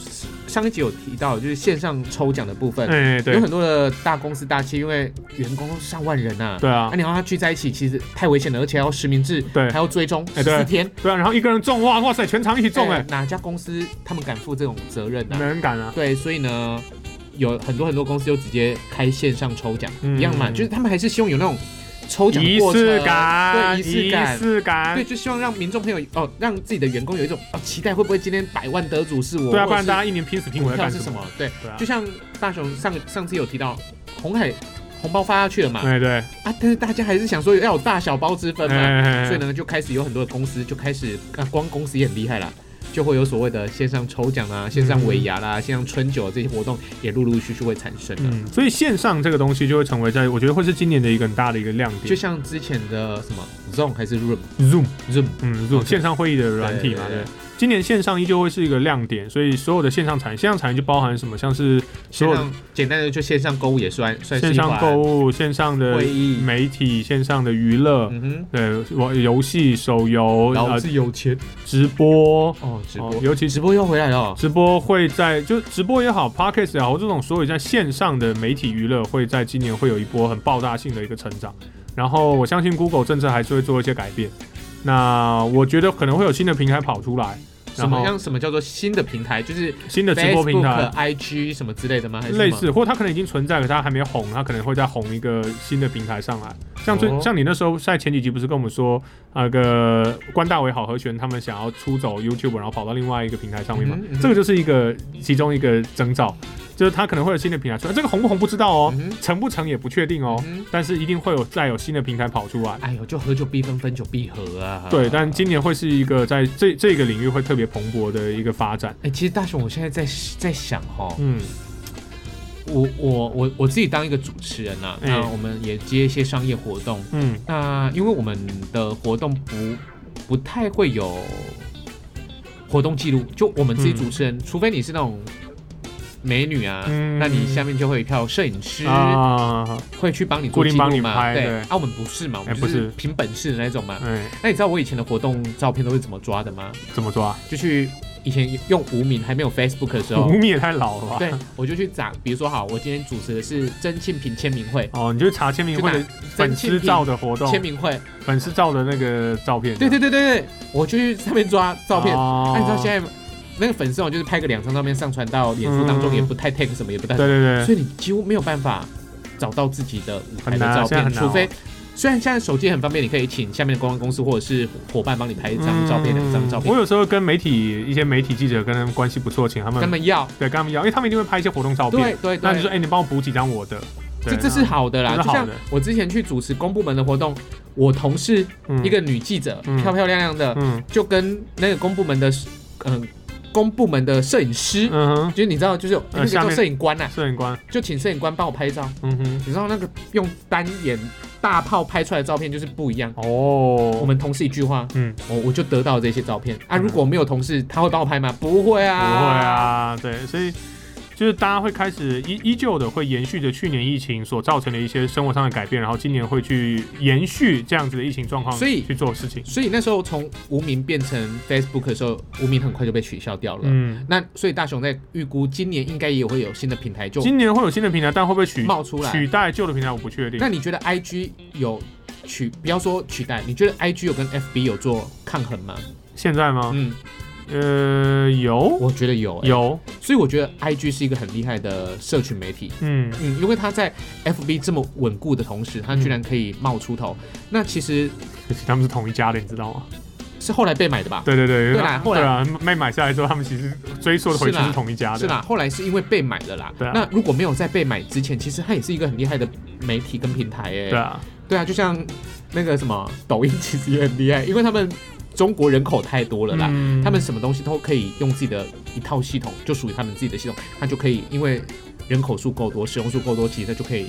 Speaker 2: 上一集有提到，就是线上抽奖的部分，
Speaker 1: 哎、
Speaker 2: 有
Speaker 1: 对
Speaker 2: 很多的大公司大企，因为员工都是上万人呐、啊，
Speaker 1: 对啊
Speaker 2: 那、，你让他聚在一起，其实太危险了，而且还要实名制，
Speaker 1: 对
Speaker 2: 还要追踪
Speaker 1: 哎
Speaker 2: 十
Speaker 1: 对
Speaker 2: 四天，
Speaker 1: 对啊，然后一个人中哇哇塞，全场一起中哎、
Speaker 2: 呃哪家公司他们敢负这种责任呢、
Speaker 1: 没人敢啊，
Speaker 2: 对，所以呢，有很多很多公司就直接开线上抽奖，
Speaker 1: 嗯
Speaker 2: 一样嘛，就是他们还是希望有那种抽奖
Speaker 1: 仪
Speaker 2: 过程
Speaker 1: 式感，
Speaker 2: 对仪式
Speaker 1: 仪
Speaker 2: 感。
Speaker 1: 式感
Speaker 2: 对，就希望让民众朋友哦，让自己的员工有一种哦期待，会不会今天百万得主是我？
Speaker 1: 对啊，
Speaker 2: 或者
Speaker 1: 不然
Speaker 2: 是
Speaker 1: 大家一年拼死拼活
Speaker 2: 股
Speaker 1: 在
Speaker 2: 票
Speaker 1: 干
Speaker 2: 是
Speaker 1: 什
Speaker 2: 什么
Speaker 1: 么？？
Speaker 2: 对，
Speaker 1: 对啊
Speaker 2: 就，像大雄上上次有提到，红海红包发下去了嘛，
Speaker 1: 哎对，
Speaker 2: 啊，但是大家还是想说要有大小包之分嘛，
Speaker 1: 哎
Speaker 2: 所以呢，就开始有很多的公司就开始，啊，光公司也很厉害啦，就会有所谓的线上抽奖啊、线上尾牙啦、线上春酒这些活动也陆陆续续会产生的。
Speaker 1: 嗯，所以线上这个东西就会成为在我觉得会是今年的一个很大的一个亮
Speaker 2: 就
Speaker 1: 点。
Speaker 2: 像之前的什么 Zoom 还是 Room
Speaker 1: Zoom，
Speaker 2: Zoom，
Speaker 1: 嗯，Zoom
Speaker 2: OK
Speaker 1: 线上会议的软体嘛，
Speaker 2: 对对对
Speaker 1: 对。今年线上依旧会是一个亮点，所以所有的线上产业，线上产业就包含什么，像是所
Speaker 2: 线
Speaker 1: 有的
Speaker 2: 上简单的就线上购物也算算是
Speaker 1: 线
Speaker 2: 一
Speaker 1: 上
Speaker 2: 款
Speaker 1: 购物、线上的
Speaker 2: 会议，
Speaker 1: 媒体、线上的娱乐，
Speaker 2: 嗯
Speaker 1: 对，玩游戏、手游
Speaker 2: 哼，、
Speaker 1: 呃
Speaker 2: 导，致有钱
Speaker 1: 直播，
Speaker 2: 哦，直播
Speaker 1: 哦尤其
Speaker 2: 直
Speaker 1: 是。
Speaker 2: 播又回来了哦，
Speaker 1: 直播会在就直播也好，podcast 也好，这种所有在线上的媒体娱乐会在今年会有一波很爆炸性的一个成长。然后我相信 Google 政策还是会做一些改变。那我觉得可能会有新的平台跑出来，
Speaker 2: 什
Speaker 1: 然
Speaker 2: 么
Speaker 1: 后
Speaker 2: 样什么叫做新的平台，就是
Speaker 1: 新的直播平
Speaker 2: Facebook、
Speaker 1: 台
Speaker 2: IG 什么之类的吗？还是什么
Speaker 1: 类似，或它可能已经存在，可它还没红，它可能会再红一个新的平台上来。像最、
Speaker 2: 哦
Speaker 1: 像你那时候在前几集不是跟我们说，那个关大为好和弦他们想要出走 YouTube，然后跑到另外一个平台上面嘛？
Speaker 2: 嗯哼嗯哼
Speaker 1: 这个就是一个其中一个征兆，就是它可能会有新的平台出来，这个红不红不知道哦，
Speaker 2: 嗯哼
Speaker 1: 成不成也不确定哦，
Speaker 2: 嗯哼
Speaker 1: 但是一定会有再有新的平台跑出来。
Speaker 2: 哎呦，就合久必分，分久必合啊。
Speaker 1: 对，但今年会是一个在这这个领域会特别蓬勃的一个发展。
Speaker 2: 哎、其实大雄，我现在在在想哦，
Speaker 1: 嗯，
Speaker 2: 我我我我自己当一个主持人呐、啊，
Speaker 1: 哎
Speaker 2: 那我们也接一些商业活动。
Speaker 1: 嗯，
Speaker 2: 那因为我们的活动不不太会有活动记录，就我们自己主持人，除非你是那种美女啊，
Speaker 1: 嗯
Speaker 2: 那你下面就会有一票摄影师
Speaker 1: 啊，
Speaker 2: 会去帮你
Speaker 1: 固
Speaker 2: 做
Speaker 1: 定
Speaker 2: 记录
Speaker 1: 帮你
Speaker 2: 嘛
Speaker 1: 拍
Speaker 2: 对，
Speaker 1: 对
Speaker 2: 啊，我们不是嘛，我
Speaker 1: 哎
Speaker 2: 们
Speaker 1: 不
Speaker 2: 就是是凭本事的那种嘛。
Speaker 1: 哎，
Speaker 2: 那你知道我以前的活动照片都是怎么抓的吗？
Speaker 1: 怎么啊抓？
Speaker 2: 就去以前用无名还没有 Facebook 的时候
Speaker 1: [laughs] 无，名也太老了吧？
Speaker 2: 啊对，我就去找，比如说好，我今天主持的是曾庆平签名会，
Speaker 1: 哦，你就查签名会的粉丝照的活动，哦
Speaker 2: 签名会，
Speaker 1: 粉丝照的那个照片，
Speaker 2: 对对对对对，我就去上面抓照片。哎
Speaker 1: 哦
Speaker 2: 按照现在那个粉丝哦网，就是拍个两张照片上传到脸书当中，
Speaker 1: 嗯
Speaker 2: 也不太 take 什么，也不太，
Speaker 1: 对对对，
Speaker 2: 所以你几乎没有办法找到自己的舞台
Speaker 1: 很
Speaker 2: 的
Speaker 1: 难啊
Speaker 2: 照
Speaker 1: 现在
Speaker 2: 片，
Speaker 1: 很难
Speaker 2: 除非。虽然现在手机很方便，你可以请下面的公关公司或者是伙伴帮你拍一张照片、
Speaker 1: 嗯
Speaker 2: 两张照片
Speaker 1: 我，有时候跟媒体一些媒体记者跟他们关系不错，请他们
Speaker 2: 他们要，
Speaker 1: 对跟他们要，因为他们一定会拍一些活动照
Speaker 2: 对
Speaker 1: 片，
Speaker 2: 对
Speaker 1: 那你
Speaker 2: 对
Speaker 1: 就说，哎，你帮我补几张我的，
Speaker 2: 这这是好的啦。
Speaker 1: 这
Speaker 2: 就是
Speaker 1: 好的
Speaker 2: 像我之前去主持公部门的活动，我同事一，个女记者，
Speaker 1: 嗯
Speaker 2: 漂漂亮亮的，
Speaker 1: 嗯
Speaker 2: 就跟那个公部门的，嗯、公部门的摄影师，
Speaker 1: 嗯嗯哼，
Speaker 2: 就是你知道，就是有那个
Speaker 1: 下
Speaker 2: 叫
Speaker 1: 面
Speaker 2: 摄影官呐、啊，
Speaker 1: 摄影官，
Speaker 2: 就请摄影官帮我拍照。
Speaker 1: 嗯哼，
Speaker 2: 你知道那个用单眼大炮拍出来的照片就是不一样。
Speaker 1: 哦，
Speaker 2: 我们同事一句话，
Speaker 1: 嗯，
Speaker 2: 我、我就得到这些照片啊。
Speaker 1: 嗯
Speaker 2: 如果没有同事，他会帮我拍吗？不会
Speaker 1: 不会
Speaker 2: 啊，
Speaker 1: 啊，对，所以。就是大家会开始依依旧的会延续着去年疫情所造成的一些生活上的改变，然后今年会去延续这样子的疫情状况，
Speaker 2: 所以
Speaker 1: 去做事情。
Speaker 2: 所以那时候从无名变成 Facebook 的时候，无名很快就被取消掉了。
Speaker 1: 嗯，
Speaker 2: 那所以大雄在预估今年应该也会有新的平台就。
Speaker 1: 今年会有新的平台，但会不会取
Speaker 2: 冒出来
Speaker 1: 取代旧的平台，我不确定
Speaker 2: 那。你觉得 IG 有取不要说取代，你觉得 IG 有跟 FB 有做抗衡吗？
Speaker 1: 现在吗？
Speaker 2: 嗯，
Speaker 1: 呃，有
Speaker 2: 我觉得有、欸。
Speaker 1: 有，
Speaker 2: 所以我觉得 IG 是一个很厉害的社群媒体。
Speaker 1: 嗯
Speaker 2: 嗯，因为它在 FB 这么稳固的同时，它居然可以冒出头，那其实
Speaker 1: 可惜他们是同一家的，你知道吗？
Speaker 2: 是后来被买的吧？
Speaker 1: 对对对，
Speaker 2: 对啦后来
Speaker 1: 对啊，被买下来之后，他们其实追溯的回去
Speaker 2: 是啦
Speaker 1: 是同一家的，
Speaker 2: 是啦，后来是因为被买了啦。
Speaker 1: 对啊
Speaker 2: 那如果没有在被买之前，其实它也是一个很厉害的媒体跟平台诶、
Speaker 1: 对啊，
Speaker 2: 对啊，就像那个什么抖音，其实也很厉害，因为他们中国人口太多了啦，
Speaker 1: 嗯
Speaker 2: 他们什么东西都可以用自己的一套系统，就属于他们自己的系统，它就可以因为人口数够多，使用数够多，其实它就可以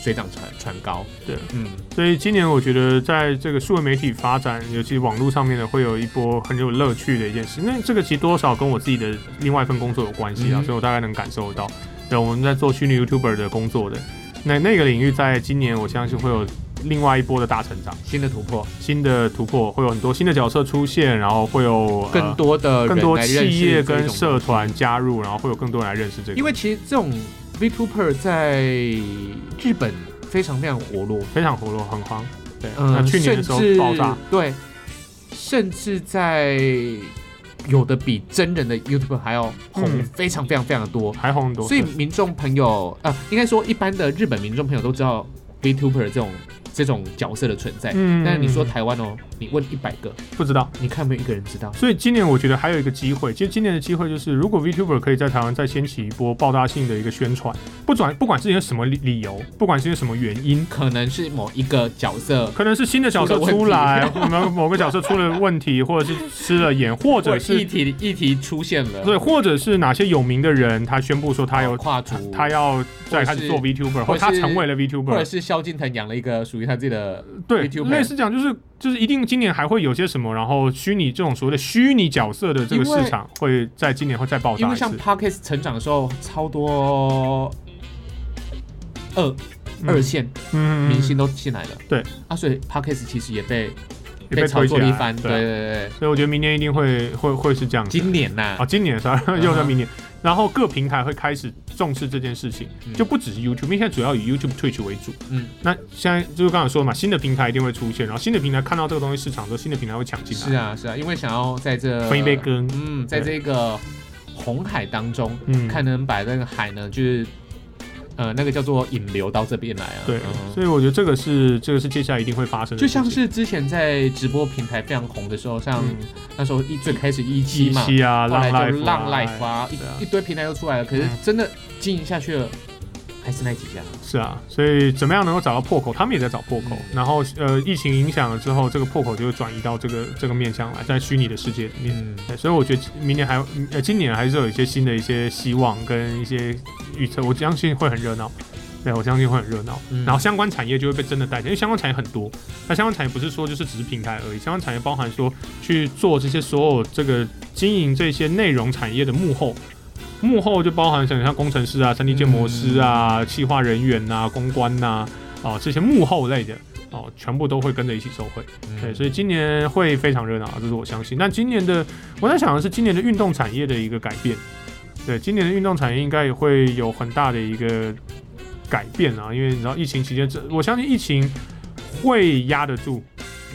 Speaker 2: 水涨船船高。
Speaker 1: 对，
Speaker 2: 嗯，
Speaker 1: 所以今年我觉得在这个数位媒体发展，尤其网络上面的，会有一波很有乐趣的一件事。那这个其实多少跟我自己的另外一份工作有关系啊，
Speaker 2: 嗯
Speaker 1: 所以我大概能感受得到。对，我们在做虚拟 YouTuber 的工作的，那那个领域在今年我相信会有另外一波的大成长，
Speaker 2: 新的突破，
Speaker 1: 新的突破，会有很多新的角色出现，然后会有、呃
Speaker 2: 更多的人
Speaker 1: 更多
Speaker 2: 来认识
Speaker 1: 企业
Speaker 2: 这种
Speaker 1: 跟
Speaker 2: 东西
Speaker 1: 社团加入，然后会有更多人来认识这个，
Speaker 2: 因为其实这种 VTuber 在日本非常非常活络，
Speaker 1: 非常活络，很夯。对，
Speaker 2: 嗯，
Speaker 1: 那去年的时候
Speaker 2: 甚至
Speaker 1: 爆炸，，
Speaker 2: 对，甚至在有的比真人的 YouTube 还要红
Speaker 1: 嗯，
Speaker 2: 非常非常非常多。
Speaker 1: 还红很多。
Speaker 2: 所以民众朋友，呃，应该说一般的日本民众朋友都知道 VTuber 这种这种角色的存在。
Speaker 1: 嗯
Speaker 2: 但是你说台湾哦，你问一百个，
Speaker 1: 不知道。
Speaker 2: 你看没有一个人知道？
Speaker 1: 所以今年我觉得还有一个机会，其实今年的机会就是，如果 VTuber 可以在台湾再掀起一波爆炸性的一个宣传，不管不管是因为什么理理由，不管是因为什么原因，
Speaker 2: 可能是某一个角色
Speaker 1: 可能是新的角色出来，我们 [laughs] 某个角色出了问题，或者是吃了盐，或
Speaker 2: 或
Speaker 1: 者
Speaker 2: 议
Speaker 1: 是
Speaker 2: 题议题出现了，
Speaker 1: 对，或者是哪些有名的人他宣布说他有
Speaker 2: 跨足，
Speaker 1: 他要再开
Speaker 2: 哦或者
Speaker 1: 始
Speaker 2: 是
Speaker 1: 做 VTuber，
Speaker 2: 或
Speaker 1: 或
Speaker 2: 者
Speaker 1: 者他
Speaker 2: 是
Speaker 1: 成为了
Speaker 2: 或者
Speaker 1: VTuber，
Speaker 2: 是萧敬腾养了一个属于他自己的
Speaker 1: 对，
Speaker 2: VTuber
Speaker 1: 类似这样，就是就是一定今年还会有些什么，然后虚拟这种所谓的虚拟角色的这个
Speaker 2: 因为
Speaker 1: 市场会在今年会再爆
Speaker 2: 因
Speaker 1: 炸
Speaker 2: 为
Speaker 1: 一
Speaker 2: 像
Speaker 1: 次。
Speaker 2: Podcast 成长的时候，超多二、
Speaker 1: 嗯
Speaker 2: 二线
Speaker 1: 嗯
Speaker 2: 明星都进来了，
Speaker 1: 对
Speaker 2: 啊，所以 Podcast 其实也被
Speaker 1: 也被
Speaker 2: 炒
Speaker 1: 推起
Speaker 2: 作了
Speaker 1: 来
Speaker 2: 一番，对
Speaker 1: 对啊
Speaker 2: 对对对，
Speaker 1: 所以我觉得明年一定会会会是这样子。
Speaker 2: 今年呐、
Speaker 1: 啊，今年是吧？
Speaker 2: 嗯
Speaker 1: 又在明年，然后各平台会开始重视这件事情，
Speaker 2: 嗯
Speaker 1: 就不只是 YouTube，因为现在主要以 YouTube、Twitch 为主。
Speaker 2: 嗯，
Speaker 1: 那现在就是刚才说的嘛，新的平台一定会出现，然后新的平台看到这个东西市场之后，新的平台会抢进来。
Speaker 2: 是啊是啊，因为想要在这
Speaker 1: 分一杯羹
Speaker 2: 嗯，在这个红海当中，
Speaker 1: 嗯，
Speaker 2: 看能把那个海呢，就是呃那个叫做引流到这边来啊，
Speaker 1: 对，
Speaker 2: 嗯
Speaker 1: 所以我觉得这个是这个是接下来一定会发生的
Speaker 2: 就
Speaker 1: 事情，
Speaker 2: 像是之前在直播平台非常红的时候，像
Speaker 1: 嗯
Speaker 2: 那时候一最开始一期
Speaker 1: 七
Speaker 2: 嘛，
Speaker 1: 夕啊、
Speaker 2: 后
Speaker 1: 浪
Speaker 2: 来
Speaker 1: life 啊
Speaker 2: 就浪 life 啊，
Speaker 1: 对啊
Speaker 2: 一一堆平台都出来了，可是
Speaker 1: 嗯
Speaker 2: 真的经营下去了，还是那几家。
Speaker 1: 是啊，所以怎么样能够找到破口？他们也在找破口。
Speaker 2: 嗯
Speaker 1: 然后呃，疫情影响了之后，这个破口就会转移到这个这个面向来，在虚拟的世界里面。
Speaker 2: 嗯，
Speaker 1: 对，所以我觉得明年还有呃，今年还是有一些新的一些希望跟一些预测，我相信会很热闹。对，我相信会很热闹，
Speaker 2: 嗯
Speaker 1: 然后相关产业就会被真的带起来，因为相关产业很多。那相关产业不是说就是只是平台而已，相关产业包含说去做这些所有这个经营这些内容产业的幕后，幕后就包含像像工程师啊、三 D 建模师啊、企划人员呐、公关呐、哦、这些幕后类的哦、全部都会跟着一起受惠。对，
Speaker 2: 嗯
Speaker 1: 所以今年会非常热闹，啊这是我相信。那今年的我在想的是今年的运动产业的一个改变，对，今年的运动产业应该也会有很大的一个改变啊，因为你知道疫情期间，这我相信疫情会压得住，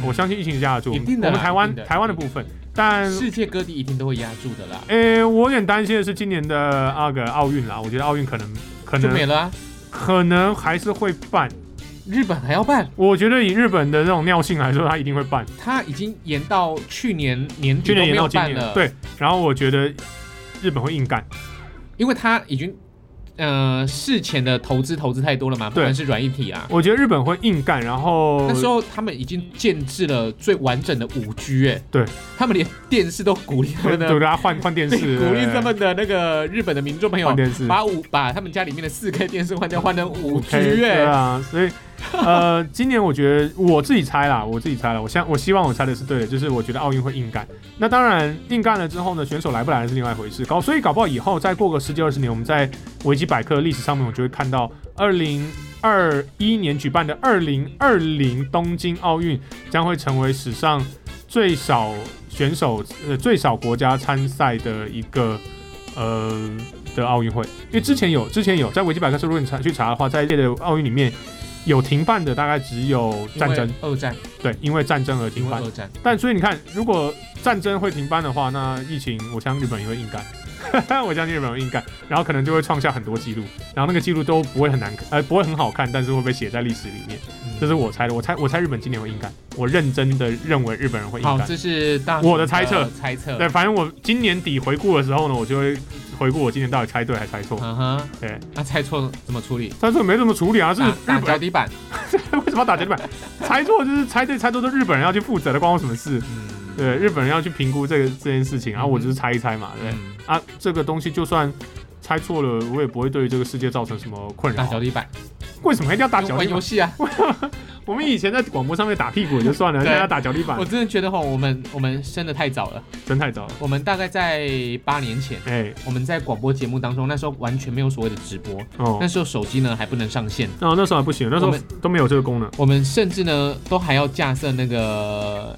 Speaker 1: 我相信疫情压得住。
Speaker 2: 一定的
Speaker 1: 我
Speaker 2: 啦
Speaker 1: 们台
Speaker 2: 一
Speaker 1: 湾
Speaker 2: 定的嗯
Speaker 1: 台湾的部分，但
Speaker 2: 世界各地一定都会压住的啦，
Speaker 1: 诶，我有点担心的是今年的那个奥运啦，我觉得奥运可能可
Speaker 2: 就没
Speaker 1: 能
Speaker 2: 了啊。
Speaker 1: 可能还是会办，
Speaker 2: 日本还要办，
Speaker 1: 我觉得以日本的那种尿性来说，他一定会办。
Speaker 2: 它已经延到去年年底
Speaker 1: 去
Speaker 2: 都
Speaker 1: 年
Speaker 2: 没
Speaker 1: 延到
Speaker 2: 有
Speaker 1: 今
Speaker 2: 办
Speaker 1: 年，
Speaker 2: 了，，
Speaker 1: 对。然后我觉得日本会硬干，
Speaker 2: 因为它已经呃事前的投资投资太多了嘛，不
Speaker 1: 对
Speaker 2: 管是软硬体啊。
Speaker 1: 我觉得日本会硬干。然后
Speaker 2: 那时候他们已经建制了最完整的五 G，哎，
Speaker 1: 对，
Speaker 2: 他们连电视都鼓励他
Speaker 1: 对
Speaker 2: 们
Speaker 1: 对
Speaker 2: 的，
Speaker 1: 大家换换电视，
Speaker 2: [laughs] 鼓
Speaker 1: 对
Speaker 2: 励
Speaker 1: 哦
Speaker 2: 他们的那个日本的民众朋友
Speaker 1: 换电视，
Speaker 2: 把五把他们家里面的四 K 电视换掉，换成五 G
Speaker 1: OK，对
Speaker 2: 哎、
Speaker 1: 啊，所以呃，今年我觉得我自己猜啦，我自己猜了，我相我希望我猜的是对的，就是我觉得奥运会硬干。那当然硬干了之后呢，选手来不来是另外一回事。搞所以搞不好以后再过个十几二十年，我们在维基百科历史上面，我就会看到二零二一年举办的二零二零东京奥运将会成为史上最少选手呃最少国家参赛的一个呃的奥运会，因为之前有之前有在维基百科上，如果你查去查的话，在这的奥运里面。有停办的大概只有战争，
Speaker 2: 二战，
Speaker 1: 对，因为战争而
Speaker 2: 因
Speaker 1: 停
Speaker 2: 为
Speaker 1: 办。
Speaker 2: 二战，
Speaker 1: 但所以你看，如果战争会停办的话，那疫情我相信日本也会硬干， [laughs] 我相信日本会硬干，然后可能就会创下很多记录，然后那个记录都不会很难看，呃，不会很好看，但是会被写在历史里面。这
Speaker 2: 嗯
Speaker 1: 是我猜的，我猜我猜日本今年会硬干，我认真的认为日本人会硬
Speaker 2: 好，
Speaker 1: 干。
Speaker 2: 这是大
Speaker 1: 我的猜测
Speaker 2: 猜测，
Speaker 1: 对，反正我今年底回顾的时候呢，我就会回顾我今年到底猜对还猜错。
Speaker 2: 嗯哼，
Speaker 1: 对，
Speaker 2: 那猜错怎么处理？
Speaker 1: 猜错没怎么处理啊，是
Speaker 2: 打
Speaker 1: 日
Speaker 2: 打脚
Speaker 1: 本
Speaker 2: 底板，啊
Speaker 1: [laughs] 为什么要打结板？猜错就是猜对猜错，都日本人要去负责的，关我什么事？
Speaker 2: 嗯，
Speaker 1: 对，日本人要去评估这个这件事情，然后我只是猜一猜嘛，对、
Speaker 2: 嗯，
Speaker 1: 啊，这个东西就算猜错了，我也不会对于这个世界造成什么困
Speaker 2: 打
Speaker 1: 扰
Speaker 2: 脚。底板，
Speaker 1: 为什么一定要打脚
Speaker 2: 玩
Speaker 1: 底
Speaker 2: 游
Speaker 1: 板？
Speaker 2: 戏啊，
Speaker 1: 我们以前在广播上面打屁股也就算了，
Speaker 2: 对
Speaker 1: 现在要打脚底板
Speaker 2: 我，真的觉得哈，我们我们生的太早了，
Speaker 1: 真太早了。
Speaker 2: 我们大概在八年前。
Speaker 1: 哎、
Speaker 2: 我们在广播节目当中，那时候完全没有所谓的直播，
Speaker 1: 哦
Speaker 2: 那，时候手机呢还不能上线，
Speaker 1: 那、哦、那时候还不行，那时
Speaker 2: 我
Speaker 1: 候
Speaker 2: 们
Speaker 1: 都没有这个功能
Speaker 2: 我们甚至呢都还要架设那个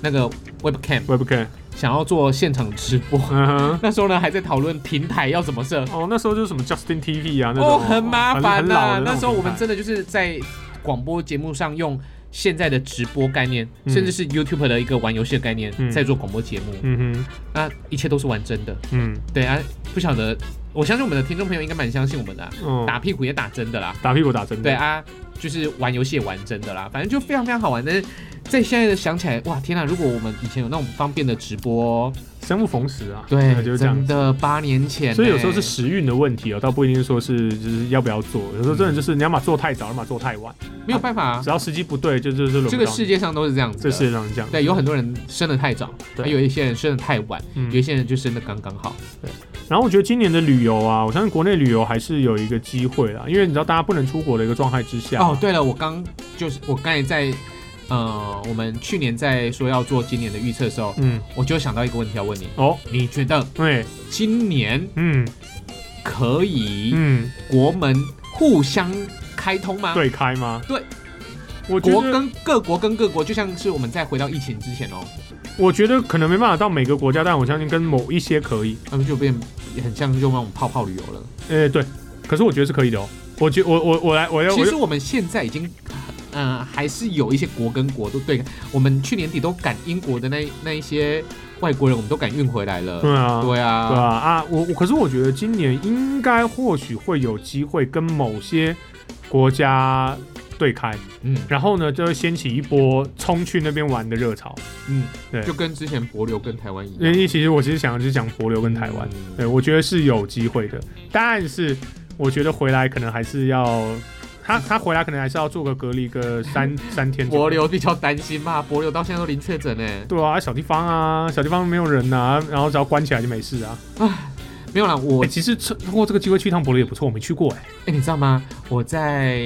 Speaker 2: 那个 webcam，
Speaker 1: ，Webcam。
Speaker 2: 想要做现场直播。
Speaker 1: 嗯哼，
Speaker 2: 那时候呢还在讨论平台要怎么设，
Speaker 1: 哦，那时候就是什么 Justin TV 啊那种，
Speaker 2: 哦，很麻烦
Speaker 1: 很
Speaker 2: 呐、
Speaker 1: 老的
Speaker 2: 那
Speaker 1: 种
Speaker 2: 时候我们
Speaker 1: 平台
Speaker 2: 真的就是在广播节目上用现在的直播概念，
Speaker 1: 嗯
Speaker 2: 甚至是 YouTube 的一个玩游戏的概念，
Speaker 1: 嗯
Speaker 2: 在做广播节目。
Speaker 1: 嗯
Speaker 2: 那、一切都是玩真的，
Speaker 1: 哼，嗯，
Speaker 2: 对啊，不晓得，我相信我们的听众朋友应该蛮相信我们的啊、
Speaker 1: 哦，嗯
Speaker 2: 打屁股也打真的啦。
Speaker 1: 打屁股打针的，
Speaker 2: 对啊，就是玩游戏也玩真的啦，反正就非常非常好玩。但是在现在的想起来，哇，天呐！啊如果我们以前有那种方便的直播，哦
Speaker 1: 生不逢时啊，
Speaker 2: 对，
Speaker 1: 就是这样
Speaker 2: 真。的八年前、
Speaker 1: 所以有时候是
Speaker 2: 欸
Speaker 1: 时运的问题哦，倒不一定说是就是要不要做，有时候真的就是你要么做太早，要么做太晚，
Speaker 2: 没有办法、啊
Speaker 1: 只，要时机不对，就就是轮不
Speaker 2: 这个
Speaker 1: 到你
Speaker 2: 世界上都是这样子
Speaker 1: 这
Speaker 2: 的。
Speaker 1: 世界上是这样，
Speaker 2: 对，有很多人生的太早，
Speaker 1: 对
Speaker 2: 还有一些人生的太晚，有一
Speaker 1: 嗯。
Speaker 2: 些人就生的刚刚好。
Speaker 1: 然后我觉得今年的旅游啊，我相信国内旅游还是有一个机会啊啦，因为你知道大家不能出国的一个状态之下，
Speaker 2: 哦，，对了，我刚就是我刚才在呃，我们去年在说要做今年的预测的时候，
Speaker 1: 嗯，
Speaker 2: 我就想到一个问题要问你，
Speaker 1: 哦，
Speaker 2: 你觉得
Speaker 1: 对，
Speaker 2: 今年
Speaker 1: 嗯
Speaker 2: 可以
Speaker 1: 嗯，
Speaker 2: 国门互相开通吗？，
Speaker 1: 对开吗？
Speaker 2: 啊对，
Speaker 1: 我觉
Speaker 2: 国
Speaker 1: 得
Speaker 2: 跟各国跟各国，就像是我们再回到疫情之前哦，
Speaker 1: 我觉得可能没办法到每个国家，但我相信跟某一些可以，
Speaker 2: 他们就变很像就那种泡泡旅游了。
Speaker 1: 呃，对，可是我觉得是可以的哦。我觉我我我来我哎要我
Speaker 2: 其
Speaker 1: 要
Speaker 2: 实我们现在已经，呃，还是有一些国跟国都对，我们去年底都赶英国的那那一些外国人，我们都赶运回来了。
Speaker 1: 对啊，
Speaker 2: 对
Speaker 1: 对
Speaker 2: 啊，
Speaker 1: 啊啊，我我可是我觉得今年应该或许会有机会跟某些国家对开，
Speaker 2: 嗯
Speaker 1: 然后呢就会掀起一波冲去那边玩的热潮。
Speaker 2: 嗯，
Speaker 1: 对
Speaker 2: 就跟之前博流跟台湾一
Speaker 1: 因
Speaker 2: 样，
Speaker 1: 为其实我其实想的就是讲博流跟台湾，
Speaker 2: 嗯
Speaker 1: 对我觉得是有机会的，但是我觉得回来可能还是要。他他回来可能还是要做个隔离个三三天左右。
Speaker 2: 嗯博流比较担心嘛，博流到现在都零确诊呢。
Speaker 1: 对啊，小地方啊，小地方没有人呐、然后只要关起来就没事啊。
Speaker 2: 没有啦，我
Speaker 1: 我、
Speaker 2: 哎、
Speaker 1: 其实趁通过这个机会去一趟博流也不错，我没去过哎、
Speaker 2: 你知道吗？我在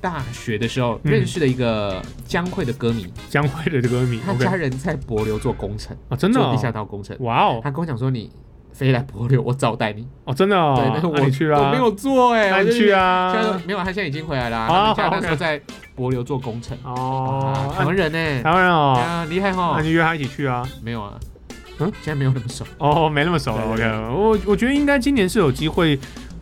Speaker 2: 大学的时候
Speaker 1: 嗯
Speaker 2: 认识了一个江蕙的歌迷，
Speaker 1: 江淮的这个
Speaker 2: [laughs]
Speaker 1: 米
Speaker 2: 他
Speaker 1: ，OK
Speaker 2: 家人在博流做工程，
Speaker 1: 啊，真的、
Speaker 2: 做
Speaker 1: 哦
Speaker 2: 地，下道工程。
Speaker 1: 哇哦，
Speaker 2: 他跟我讲说你。飞来博流，我招待你。
Speaker 1: 哦，真的哦，
Speaker 2: 对，但是
Speaker 1: 那
Speaker 2: 我、
Speaker 1: 你去啊，
Speaker 2: 我没有做哎、
Speaker 1: 那
Speaker 2: 我
Speaker 1: 你
Speaker 2: 就
Speaker 1: 去啊
Speaker 2: 现，在都没有，他现在已经回来了啊。
Speaker 1: 啊
Speaker 2: 他们
Speaker 1: 好
Speaker 2: 家那时候在柏流做工程。
Speaker 1: 哦
Speaker 2: 啊，台
Speaker 1: 那
Speaker 2: 湾人呢、
Speaker 1: 台湾人
Speaker 2: 哎
Speaker 1: 哦，
Speaker 2: 呀，厉害
Speaker 1: 那
Speaker 2: 哈！
Speaker 1: 你约他一起去啊，
Speaker 2: 没有啊，
Speaker 1: 嗯
Speaker 2: 嗯，现在没有那么熟。
Speaker 1: 哦，没那么熟了
Speaker 2: 对
Speaker 1: ，OK，我我觉得应该今年是有机会。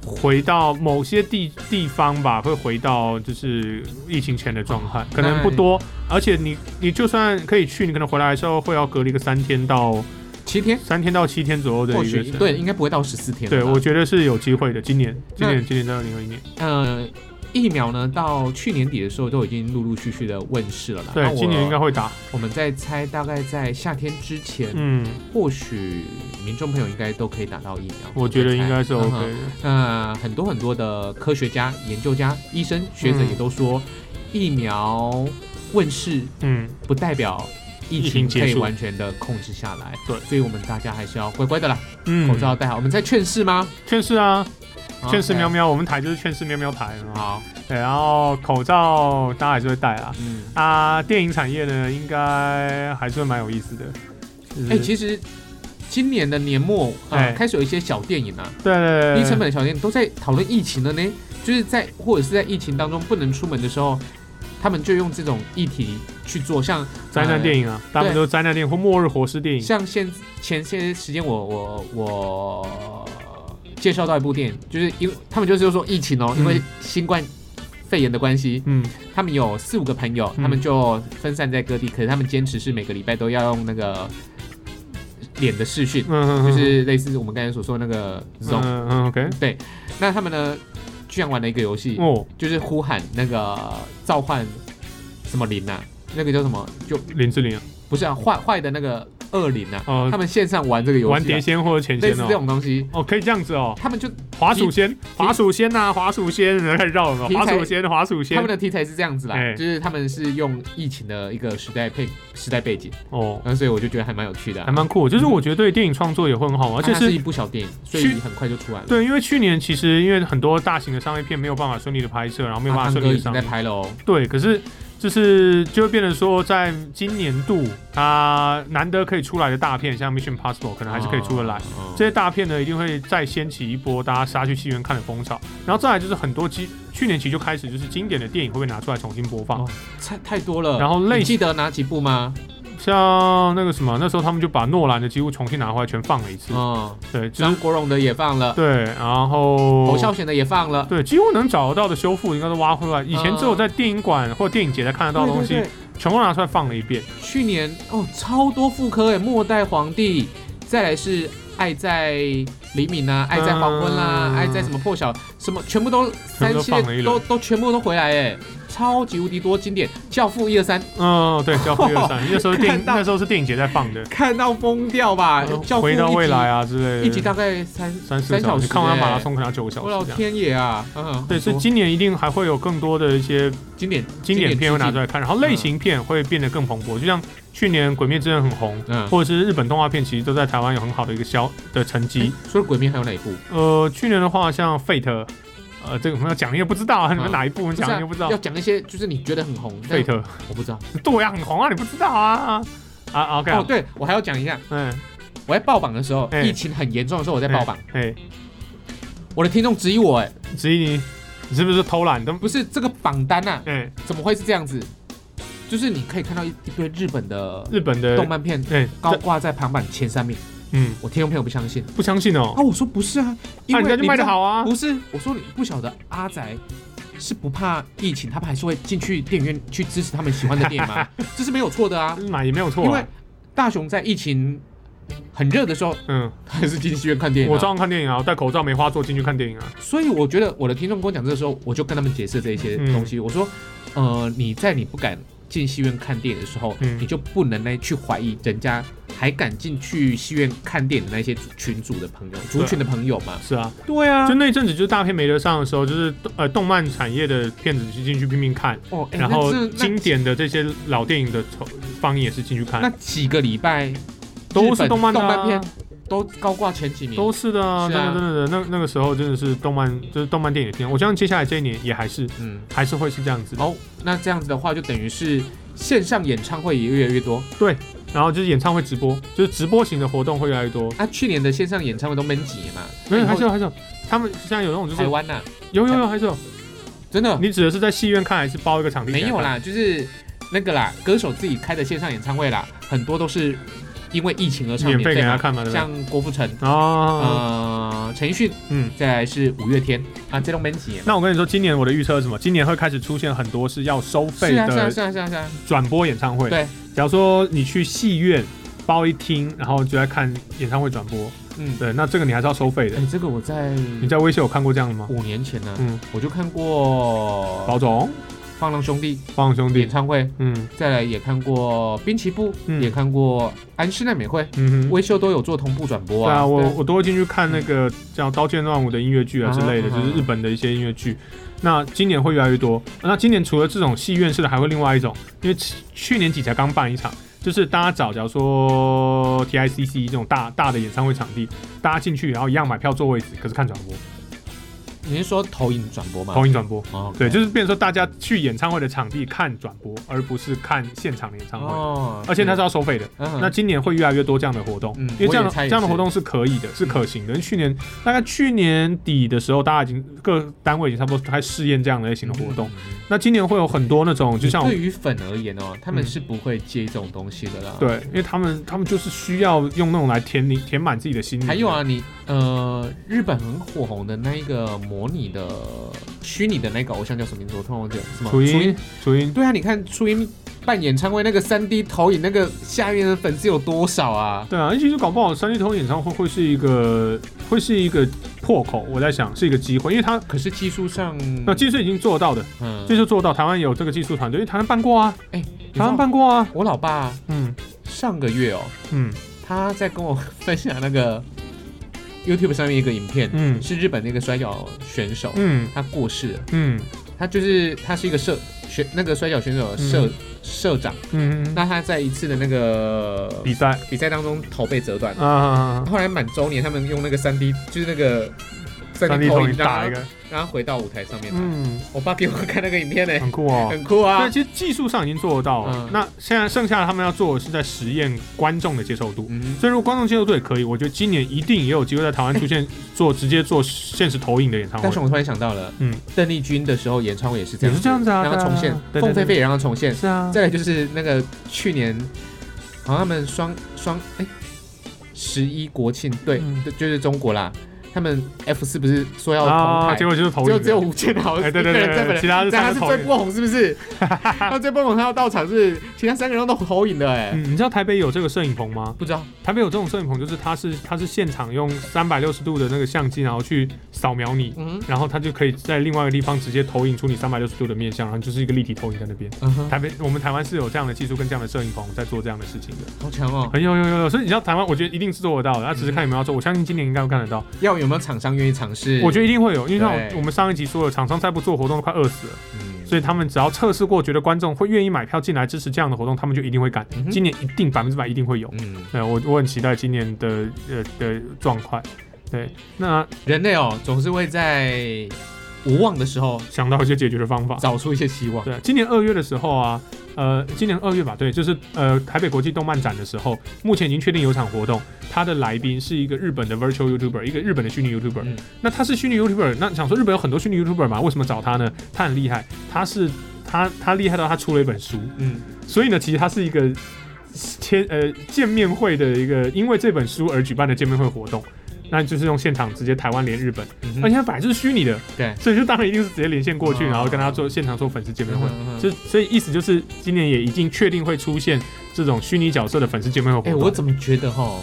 Speaker 1: 回到某些地地方吧，会回到就是疫情前的状态，可能不
Speaker 2: 哎
Speaker 1: 多。而且你你就算可以去，你可能回来的时候会要隔离个三天到
Speaker 2: 七天，
Speaker 1: 三天到七天左右的
Speaker 2: 或
Speaker 1: 一个
Speaker 2: 许
Speaker 1: 时间。
Speaker 2: 对，应该不会到十四天了
Speaker 1: 对，
Speaker 2: 吧。
Speaker 1: 我觉得是有机会的。今年今
Speaker 2: 那
Speaker 1: 年今年到二零二一年，
Speaker 2: 呃，疫苗呢，到去年底的时候都已经陆陆续续的问世了啦。那
Speaker 1: 对，
Speaker 2: 我
Speaker 1: 今年应该会打。
Speaker 2: 我们在猜，大概在夏天之前，
Speaker 1: 嗯，
Speaker 2: 或许民众朋友应该都可以打到疫苗。
Speaker 1: 我觉得
Speaker 2: 在猜
Speaker 1: 应该是
Speaker 2: 嗯
Speaker 1: OK
Speaker 2: 哼
Speaker 1: 的。
Speaker 2: 那很多很多的科学家、研究家、医生、学者也都说，疫苗问世
Speaker 1: 嗯，
Speaker 2: 不代表疫
Speaker 1: 疫
Speaker 2: 情
Speaker 1: 情
Speaker 2: 可
Speaker 1: 结
Speaker 2: 以
Speaker 1: 束
Speaker 2: 完全的控制下来。
Speaker 1: 对
Speaker 2: 所以我们大家还是要乖乖的啦，
Speaker 1: 嗯
Speaker 2: 口罩要戴好。我们在劝世吗？
Speaker 1: 确实啊，劝世喵喵，我们台就是劝世喵喵台啊。
Speaker 2: 好，
Speaker 1: 对，然后口罩大家还是会戴啦。
Speaker 2: 嗯，
Speaker 1: 啊，电影产业呢，应该还是会蛮有意思的。就是
Speaker 2: 哎、其实今年的年末啊、
Speaker 1: 嗯哎
Speaker 2: 开始有一些小电影啊，
Speaker 1: 对对
Speaker 2: 低
Speaker 1: 对，
Speaker 2: 成本的小店都在讨论疫情了呢，就是在或者是在疫情当中不能出门的时候，他们就用这种议题去做，像
Speaker 1: 灾难电
Speaker 2: 影，
Speaker 1: 影啊，大部分都是灾难电影或末日活尸电影。
Speaker 2: 哎像现前些时间我我我介绍到一部电影，就是因为他们就是说疫情哦，
Speaker 1: 嗯
Speaker 2: 因为新冠肺炎的关系，
Speaker 1: 嗯，
Speaker 2: 他们有四五个朋友，
Speaker 1: 嗯
Speaker 2: 他们就分散在各地，可是他们坚持是每个礼拜都要用那个脸的视讯
Speaker 1: 嗯，嗯，嗯
Speaker 2: 就是类似我们刚才所说的那个 Zoom，
Speaker 1: 嗯嗯，OK，
Speaker 2: 对，那他们呢居然玩了一个游戏，
Speaker 1: 哦，
Speaker 2: 就是呼喊那个召唤什么灵啊，那个叫什么？就
Speaker 1: 林志玲啊，
Speaker 2: 不是啊，坏坏的那个恶灵啊。他
Speaker 1: 哦，
Speaker 2: 们线上玩这个游戏啊、
Speaker 1: 玩碟仙或者钱
Speaker 2: 类
Speaker 1: 仙
Speaker 2: 似这
Speaker 1: 哦，
Speaker 2: 种东西，
Speaker 1: 哦，可以这样子哦，
Speaker 2: 他们就
Speaker 1: 滑鼠仙，滑鼠仙呐，滑鼠仙， [laughs] 然后开始绕了，
Speaker 2: 题
Speaker 1: 滑
Speaker 2: 材
Speaker 1: 鼠仙，滑鼠
Speaker 2: 他们
Speaker 1: 仙，
Speaker 2: 的题材是这样子啦，
Speaker 1: 哎
Speaker 2: 就是他们是用疫情的一个时代配时代背景，
Speaker 1: 哦，
Speaker 2: 然后所以我就觉得还蛮有趣的啊、
Speaker 1: 还蛮酷的。就是我觉得对电影创作也会很好玩，而
Speaker 2: 啊
Speaker 1: 且
Speaker 2: 它是
Speaker 1: 是
Speaker 2: 一部小电影，所以
Speaker 1: 去
Speaker 2: 很快就出来了。
Speaker 1: 对，因为去年其实因为很多大型的商业片没有办法顺利的拍摄，然后没有办
Speaker 2: 啊
Speaker 1: 法
Speaker 2: 汤
Speaker 1: 顺
Speaker 2: 哥
Speaker 1: 利
Speaker 2: 已
Speaker 1: 的
Speaker 2: 经
Speaker 1: 上
Speaker 2: 在
Speaker 1: 映。
Speaker 2: 拍了哦，
Speaker 1: 对，可是就是就会变成说，在今年度它难得可以出来的大片，像《Mission Possible》，可能还
Speaker 2: 啊
Speaker 1: 是可以出得来。
Speaker 2: 嗯
Speaker 1: 这些大片呢，一定会再掀起一波大家杀去戏院看的风潮。然后再来就是很多经去年其实就开始就是经典的电影会被拿出来重新播放，
Speaker 2: 哦太太多了。
Speaker 1: 然后类
Speaker 2: 你记得哪几部吗？
Speaker 1: 像那个什么，那时候他们就把诺兰的几乎重新拿回来全放了一次。
Speaker 2: 嗯，
Speaker 1: 对，就
Speaker 2: 张
Speaker 1: 是
Speaker 2: 国荣的也放了，
Speaker 1: 对，然后
Speaker 2: 侯孝贤的也放了，
Speaker 1: 对，几乎能找得到的修复应该都挖回来。以前只有在电影馆或电影节才看得到的东
Speaker 2: 嗯对对
Speaker 1: 西
Speaker 2: 对，
Speaker 1: 全部拿出来放了一遍。
Speaker 2: 去年哦，超多妇科哎，《末代皇帝》，再来是《爱在黎明》啊，《爱在黄昏》啦，
Speaker 1: 嗯
Speaker 2: 爱在什么破晓》什么，全部都
Speaker 1: 全
Speaker 2: 三
Speaker 1: 部都
Speaker 2: 系
Speaker 1: 放了一
Speaker 2: 列
Speaker 1: 轮
Speaker 2: 都都全部都回来哎，超级无敌多经典，《教父》一二三，
Speaker 1: 嗯，对，叫《飞二
Speaker 2: [laughs]
Speaker 1: 三》，那时候电影
Speaker 2: 看到哎
Speaker 1: 那时候是电影节在放的，
Speaker 2: 看到疯掉吧，
Speaker 1: 哦
Speaker 2: 教父》
Speaker 1: 回到未来
Speaker 2: 啊，
Speaker 1: 啊之类的。
Speaker 2: 一集大概三，
Speaker 1: 三四
Speaker 2: 三
Speaker 1: 小
Speaker 2: 小
Speaker 1: 时，
Speaker 2: 时
Speaker 1: 看完
Speaker 2: 欸
Speaker 1: 马拉松可能要九个小
Speaker 2: 我老
Speaker 1: 时这样。
Speaker 2: 天爷啊，嗯，
Speaker 1: 对，所以今年一定还会有更多的一些
Speaker 2: 经典
Speaker 1: 经典片会拿出
Speaker 2: 来，
Speaker 1: 来看，然后类型片会变得更蓬勃，就像去年《鬼灭之刃》很红。
Speaker 2: 嗯，
Speaker 1: 或者是日本动画片，其实都在台湾有很好的一个销的成绩。
Speaker 2: 除了《鬼灭》还有哪一部？
Speaker 1: 呃，去年的话，像《Fate》，呃，这个我们要讲，你也不知道
Speaker 2: [laughs]
Speaker 1: 啊，你们
Speaker 2: 嗯
Speaker 1: 哪一部我们
Speaker 2: 是
Speaker 1: 讲
Speaker 2: 啊
Speaker 1: 你又不知道
Speaker 2: 要。讲一些就是你觉得很红，但
Speaker 1: Fate，
Speaker 2: 我不知道。
Speaker 1: 对呀，很红啊，你不知道啊啊啊，OK，
Speaker 2: 哦，
Speaker 1: 啊
Speaker 2: 对，我还要讲一下，
Speaker 1: 嗯，
Speaker 2: 我在爆榜的时候，
Speaker 1: 哎
Speaker 2: 疫情很严重的时候，我在爆榜，
Speaker 1: 哎，
Speaker 2: 我的听众质疑我，哎，
Speaker 1: 子怡，你你是不是偷懒？都
Speaker 2: 不是这个榜单啊，
Speaker 1: 哎，
Speaker 2: 怎么会是这样子？就是你可以看到一一堆日本的
Speaker 1: 日本的
Speaker 2: 动漫片
Speaker 1: 哎
Speaker 2: 高
Speaker 1: 这
Speaker 2: 挂在排行榜前三名，
Speaker 1: 嗯，
Speaker 2: 我听众朋友不相信
Speaker 1: 不相信哦
Speaker 2: 啊，，我说不是啊，因
Speaker 1: 那
Speaker 2: 为
Speaker 1: 人家就
Speaker 2: 你
Speaker 1: 卖的
Speaker 2: 知道
Speaker 1: 好啊，
Speaker 2: 不是，我说你不晓得阿宅。是不怕疫情，他们还是会进去电影院去支持他们喜欢的电影
Speaker 1: [laughs]
Speaker 2: 吗？这是没有错的啊，
Speaker 1: 买也没有错
Speaker 2: 因
Speaker 1: 啊
Speaker 2: 为。大雄在疫情很热的时候，
Speaker 1: 嗯，
Speaker 2: 他还是进戏院看电影、啊。
Speaker 1: 我照样看电影啊，我戴口罩、梅花座进去看电影啊。
Speaker 2: 所以我觉得我的听众跟我讲这个时候，我就跟他们解释这一些
Speaker 1: 嗯
Speaker 2: 东西。我说，呃，你在你不敢进戏院看电影的时候，
Speaker 1: 嗯
Speaker 2: 你就不能来去怀疑人家还敢进去戏院看电影的那些群组的朋友、族群的朋友嘛。
Speaker 1: 是啊，
Speaker 2: 对啊
Speaker 1: 就那一阵子，就是大片没得上的时候，就是呃动漫产业的片子就进去拼命看，
Speaker 2: 哦，哎
Speaker 1: 然后
Speaker 2: 那这
Speaker 1: 经典的这些老电影的重放映也是进去
Speaker 2: 那那
Speaker 1: 看，
Speaker 2: 几个礼拜
Speaker 1: 都是
Speaker 2: 日
Speaker 1: 动
Speaker 2: 本动
Speaker 1: 漫的啊
Speaker 2: 漫片都高挂前几名，
Speaker 1: 都是的啊，
Speaker 2: 是
Speaker 1: 真的
Speaker 2: 啊
Speaker 1: 真的那那个时候真的是动漫就是动漫电影的片，我相信接下来这一年也还是
Speaker 2: 嗯。
Speaker 1: 还是会是这样子的。
Speaker 2: 哦，那这样子的话，就等于是线上演唱会也越来越多。
Speaker 1: 然后就是演唱会直播，就是直播型的活动会越来越多。
Speaker 2: 啊，去年的线上演唱会都闷挤嘛，
Speaker 1: 没有，
Speaker 2: 那以后
Speaker 1: 还是有还是有，他们现在有那种就
Speaker 2: 台
Speaker 1: 是
Speaker 2: 湾呐、啊
Speaker 1: 有有有还是有，
Speaker 2: 真的
Speaker 1: 你指的是在戏院看还是包一个场地？
Speaker 2: 没有，啦，就是那个啦，歌手自己开的线上演唱会啦，很多都是因为疫情而上
Speaker 1: 免费给他
Speaker 2: 嘛，
Speaker 1: 看嘛，对不对？
Speaker 2: 像郭富城，
Speaker 1: 哦，
Speaker 2: 呃，陈奕迅，
Speaker 1: 嗯。
Speaker 2: 再来是五月天啊，这种 m 几年嘛。
Speaker 1: 那我跟你说，今年我的预测是什么？今年会开始出现很多是要收费
Speaker 2: 是啊是啊
Speaker 1: 的
Speaker 2: 是啊是啊是啊，
Speaker 1: 转播演唱会。
Speaker 2: 对，
Speaker 1: 假如说你去戏院包一厅，然后就在看演唱会转播，
Speaker 2: 嗯，
Speaker 1: 对，那这个你还是要收费的
Speaker 2: 哎。，这个我在
Speaker 1: 你在微信有看过这样的吗？
Speaker 2: 五年前呢，
Speaker 1: 嗯，
Speaker 2: 我就看过
Speaker 1: 宝总、
Speaker 2: 放浪兄弟
Speaker 1: 方朗兄
Speaker 2: 演
Speaker 1: 弟，
Speaker 2: 唱会，
Speaker 1: 嗯
Speaker 2: 再来也看过滨崎步，
Speaker 1: 嗯
Speaker 2: 也看过安室奈美惠，
Speaker 1: 嗯哼。
Speaker 2: 微秀都有做同步转播
Speaker 1: 对啊，
Speaker 2: 啊。
Speaker 1: 我我都会进去看那个叫《刀剑乱舞》的音乐剧啊之类的，
Speaker 2: 嗯
Speaker 1: 就
Speaker 2: 啊啊啊
Speaker 1: 是日本的一些音乐剧。那今年会越来越多。那今年除了这种戏院式的，还会另外一种，因为去去年底才刚办一场，就是大家找，假如说 TICC 这种大大的演唱会场地，大家进去然后一样买票坐位置，可是看转播。
Speaker 2: 你是说投影转播吗？
Speaker 1: 投影转播。
Speaker 2: 哦，
Speaker 1: 对，就是变成说大家去演唱会的场地看转播，而不是看现场的演唱会。
Speaker 2: 哦
Speaker 1: 而且它是要收费的。
Speaker 2: 嗯
Speaker 1: 那今年会越来越多这样的活动，
Speaker 2: 嗯
Speaker 1: 因为这样的
Speaker 2: 我也猜
Speaker 1: 这
Speaker 2: 也是
Speaker 1: 样的活动是可以的，是可行的。因为去年大概去年底的时候，大家已经各单位已经差不多开始试验这样类型的活动。。
Speaker 2: 嗯
Speaker 1: 那今年会有很多那种，就像我
Speaker 2: 对于粉而言哦，他们
Speaker 1: 嗯
Speaker 2: 是不会接这种东西的啦。，
Speaker 1: 对，因为他们他们就是需要用那种来填你填满自己的心灵。
Speaker 2: 还有啊，，你呃，日本很火红的那一个模拟的虚拟的那个偶像叫什么名字？我突然忘记了，什么？
Speaker 1: 初音初音，
Speaker 2: 对啊，你看初音办演唱会那个三 D 投影，那个下面的粉丝有多少啊？
Speaker 1: 对啊，而且就搞不好三丽通演唱会会是一个会是一个破口，我在想是一个机会，因为他
Speaker 2: 可是技术上，
Speaker 1: 那技术已经做到的，
Speaker 2: 嗯
Speaker 1: 技术做到，台湾有这个技术团队，因为台湾办过啊，
Speaker 2: 你知
Speaker 1: 台湾
Speaker 2: 道
Speaker 1: 办过啊，
Speaker 2: 我老爸
Speaker 1: 嗯
Speaker 2: 上个月哦，
Speaker 1: 嗯
Speaker 2: 他在跟我分享那个 YouTube 上面一个影片，
Speaker 1: 嗯
Speaker 2: 是日本那个摔跤选手，
Speaker 1: 嗯
Speaker 2: 他过世了，
Speaker 1: 嗯
Speaker 2: 他就是他是一个社选那个摔跤选手的社、社长，
Speaker 1: 嗯，
Speaker 2: 那他在一次的那个
Speaker 1: 比赛
Speaker 2: 比赛当中头被折断，
Speaker 1: 啊，
Speaker 2: 后来满周年他们用那个三 D 就是那个
Speaker 1: 三
Speaker 2: 三
Speaker 1: 丽
Speaker 2: D
Speaker 1: 通
Speaker 2: 投
Speaker 1: 影
Speaker 2: 影
Speaker 1: 打一
Speaker 2: 让
Speaker 1: 个，
Speaker 2: 他让他回到舞台上面嘛，
Speaker 1: 嗯，
Speaker 2: 我爸给我看那个影片呢、
Speaker 1: 很酷哦。
Speaker 2: [laughs] 很酷啊
Speaker 1: 对，，其实技术上已经做得到了
Speaker 2: 嗯，
Speaker 1: 那现在剩下的他们要做的是在实验观众的接受度。
Speaker 2: 嗯
Speaker 1: 所以如果观众接受度也可以，我觉得今年一定也有机会在台湾出现做直接做现实投影的演唱会
Speaker 2: 但是。我突然想到了，
Speaker 1: 嗯
Speaker 2: 嗯，邓丽君的时候演唱会也是这样，
Speaker 1: 也是这样子啊
Speaker 2: 让她重
Speaker 1: 对
Speaker 2: 现，
Speaker 1: 啊对对
Speaker 2: 凤飞飞也让她重现。
Speaker 1: 是啊，
Speaker 2: 再来就是那个去年，好像他们双双哎十一国庆对
Speaker 1: 嗯，
Speaker 2: 对就是中国啦，他们 F 四不是说要同
Speaker 1: 啊，
Speaker 2: 台，
Speaker 1: 结果就是投
Speaker 2: 只有
Speaker 1: 影，
Speaker 2: 只有吴建豪一
Speaker 1: 哎，对
Speaker 2: 个 [laughs]
Speaker 1: 对对
Speaker 2: 人在
Speaker 1: 对
Speaker 2: 本
Speaker 1: 对，
Speaker 2: 来
Speaker 1: 其。他是
Speaker 2: 但他
Speaker 1: 三
Speaker 2: 是
Speaker 1: 个投
Speaker 2: 最
Speaker 1: 影。
Speaker 2: 波红是
Speaker 1: [laughs]
Speaker 2: 不是？他最波红，他要到场是其他三个人都投影的哎、
Speaker 1: 嗯，你知道台北有这个摄影棚吗？
Speaker 2: 不知道
Speaker 1: 台北有这种摄影棚，就是它是它是现场用三百六十度的那个相机，然后去扫描你，
Speaker 2: 嗯
Speaker 1: 然后它就可以在另外一个地方直接投影出你三百六十度的面相，然后就是一个立体投影在那边。
Speaker 2: 嗯哼，
Speaker 1: 台北我们台湾是有这样的技术跟这样的摄影棚在做这样的事情的，哎
Speaker 2: 好强哦！
Speaker 1: 很有有有有，所以你知道台湾，我觉得一定是做得到的，那啊
Speaker 2: 嗯
Speaker 1: 只是看有没有要做，我相信今年应该会看得到。
Speaker 2: 要有没有厂商愿意尝试？
Speaker 1: 我觉得一定会有，因为像
Speaker 2: 对
Speaker 1: 我们上一集说的，厂商再不做活动都快饿死了，
Speaker 2: 嗯
Speaker 1: 所以他们只要测试过，觉得观众会愿意买票进来支持这样的活动，他们就一定会干
Speaker 2: 嗯。哼
Speaker 1: 今年一定百分之百一定会有。
Speaker 2: 嗯，
Speaker 1: 对，我我很期待今年的呃的状况。对，那
Speaker 2: 人类哦，总是会在无望的时候
Speaker 1: 想到一些解决的方法。
Speaker 2: 找出一些希望。
Speaker 1: 对，啊今年二月的时候啊，呃，今年二月吧，对，就是呃台北国际动漫展的时候，目前已经确定有一场活动，它的来宾是一个日本的 virtual YouTuber，一个日本的虚拟 YouTuber。
Speaker 2: 嗯
Speaker 1: 那他是虚拟 YouTuber，那想说日本有很多虚拟 YouTuber 嘛，为什么找他呢？他很厉害，他是他他厉害到他出了一本书，
Speaker 2: 嗯，
Speaker 1: 所以呢，其实他是一个签呃见面会的一个，因为这本书而举办的见面会活动。那就是用现场直接台湾连日本，
Speaker 2: 嗯哼
Speaker 1: 而且它本来就是虚拟的，
Speaker 2: 对
Speaker 1: 所以就当然一定是直接连线过去，
Speaker 2: 哦
Speaker 1: 然后跟他做现场做粉丝见面会。
Speaker 2: 嗯哼
Speaker 1: 就所以意思就是，今年也已经确定会出现这种虚拟角色的粉丝见面会活
Speaker 2: 哎、
Speaker 1: 动。
Speaker 2: 我怎么觉得哈，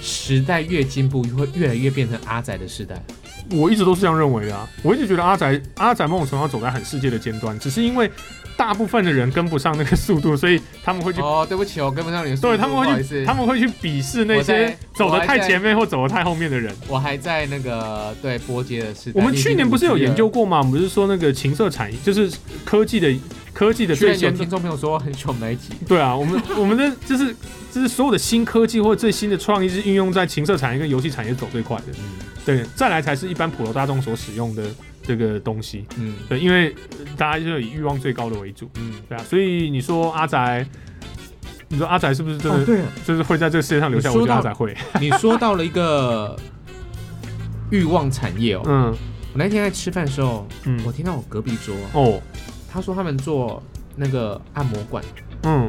Speaker 2: 时代越进步，会越来越变成阿仔的时代。
Speaker 1: 我一直都是这样认为的啊，我一直觉得阿宅阿宅某种程度上走在很世界的尖端，只是因为大部分的人跟不上那个速度，所以他们会去，
Speaker 2: 哦，对不起哦，跟不上你的速度，
Speaker 1: 对他们
Speaker 2: 不好
Speaker 1: 会
Speaker 2: 意思
Speaker 1: 去，他们会去鄙视那
Speaker 2: 我
Speaker 1: 些
Speaker 2: 在
Speaker 1: 走得太
Speaker 2: 我还在
Speaker 1: 前面或走得太后面的人。
Speaker 2: 我还在那个对波杰的时代。
Speaker 1: 我们去年不是有研究
Speaker 2: 过？
Speaker 1: 过吗？我们不是说那个情色产业就是科技的科技的
Speaker 2: 居
Speaker 1: 最
Speaker 2: 然有
Speaker 1: 先
Speaker 2: 听众朋友说很喜欢我们那一集，
Speaker 1: 对啊，我们我们的就是就是所有的新科技或者最新的创意是运用在情色产业跟游戏产业走最快的，对，再来才是一般普罗大众所使用的这个东西。
Speaker 2: 嗯
Speaker 1: 对，因为呃大家就是以欲望最高的为主，
Speaker 2: 嗯，
Speaker 1: 对啊，所以你说阿宅，你说阿宅是不是真的、
Speaker 2: 哦对了，
Speaker 1: 就是会在这个世界上留下？
Speaker 2: 你
Speaker 1: 我
Speaker 2: 说
Speaker 1: 觉得阿
Speaker 2: 到
Speaker 1: 宅会，
Speaker 2: [laughs] 你说到了一个欲望产业哦，
Speaker 1: 嗯
Speaker 2: 我那天在吃饭的时候，
Speaker 1: 嗯，
Speaker 2: 我听到我隔壁桌，
Speaker 1: 哦，
Speaker 2: 他说他们做那个按摩馆，
Speaker 1: 嗯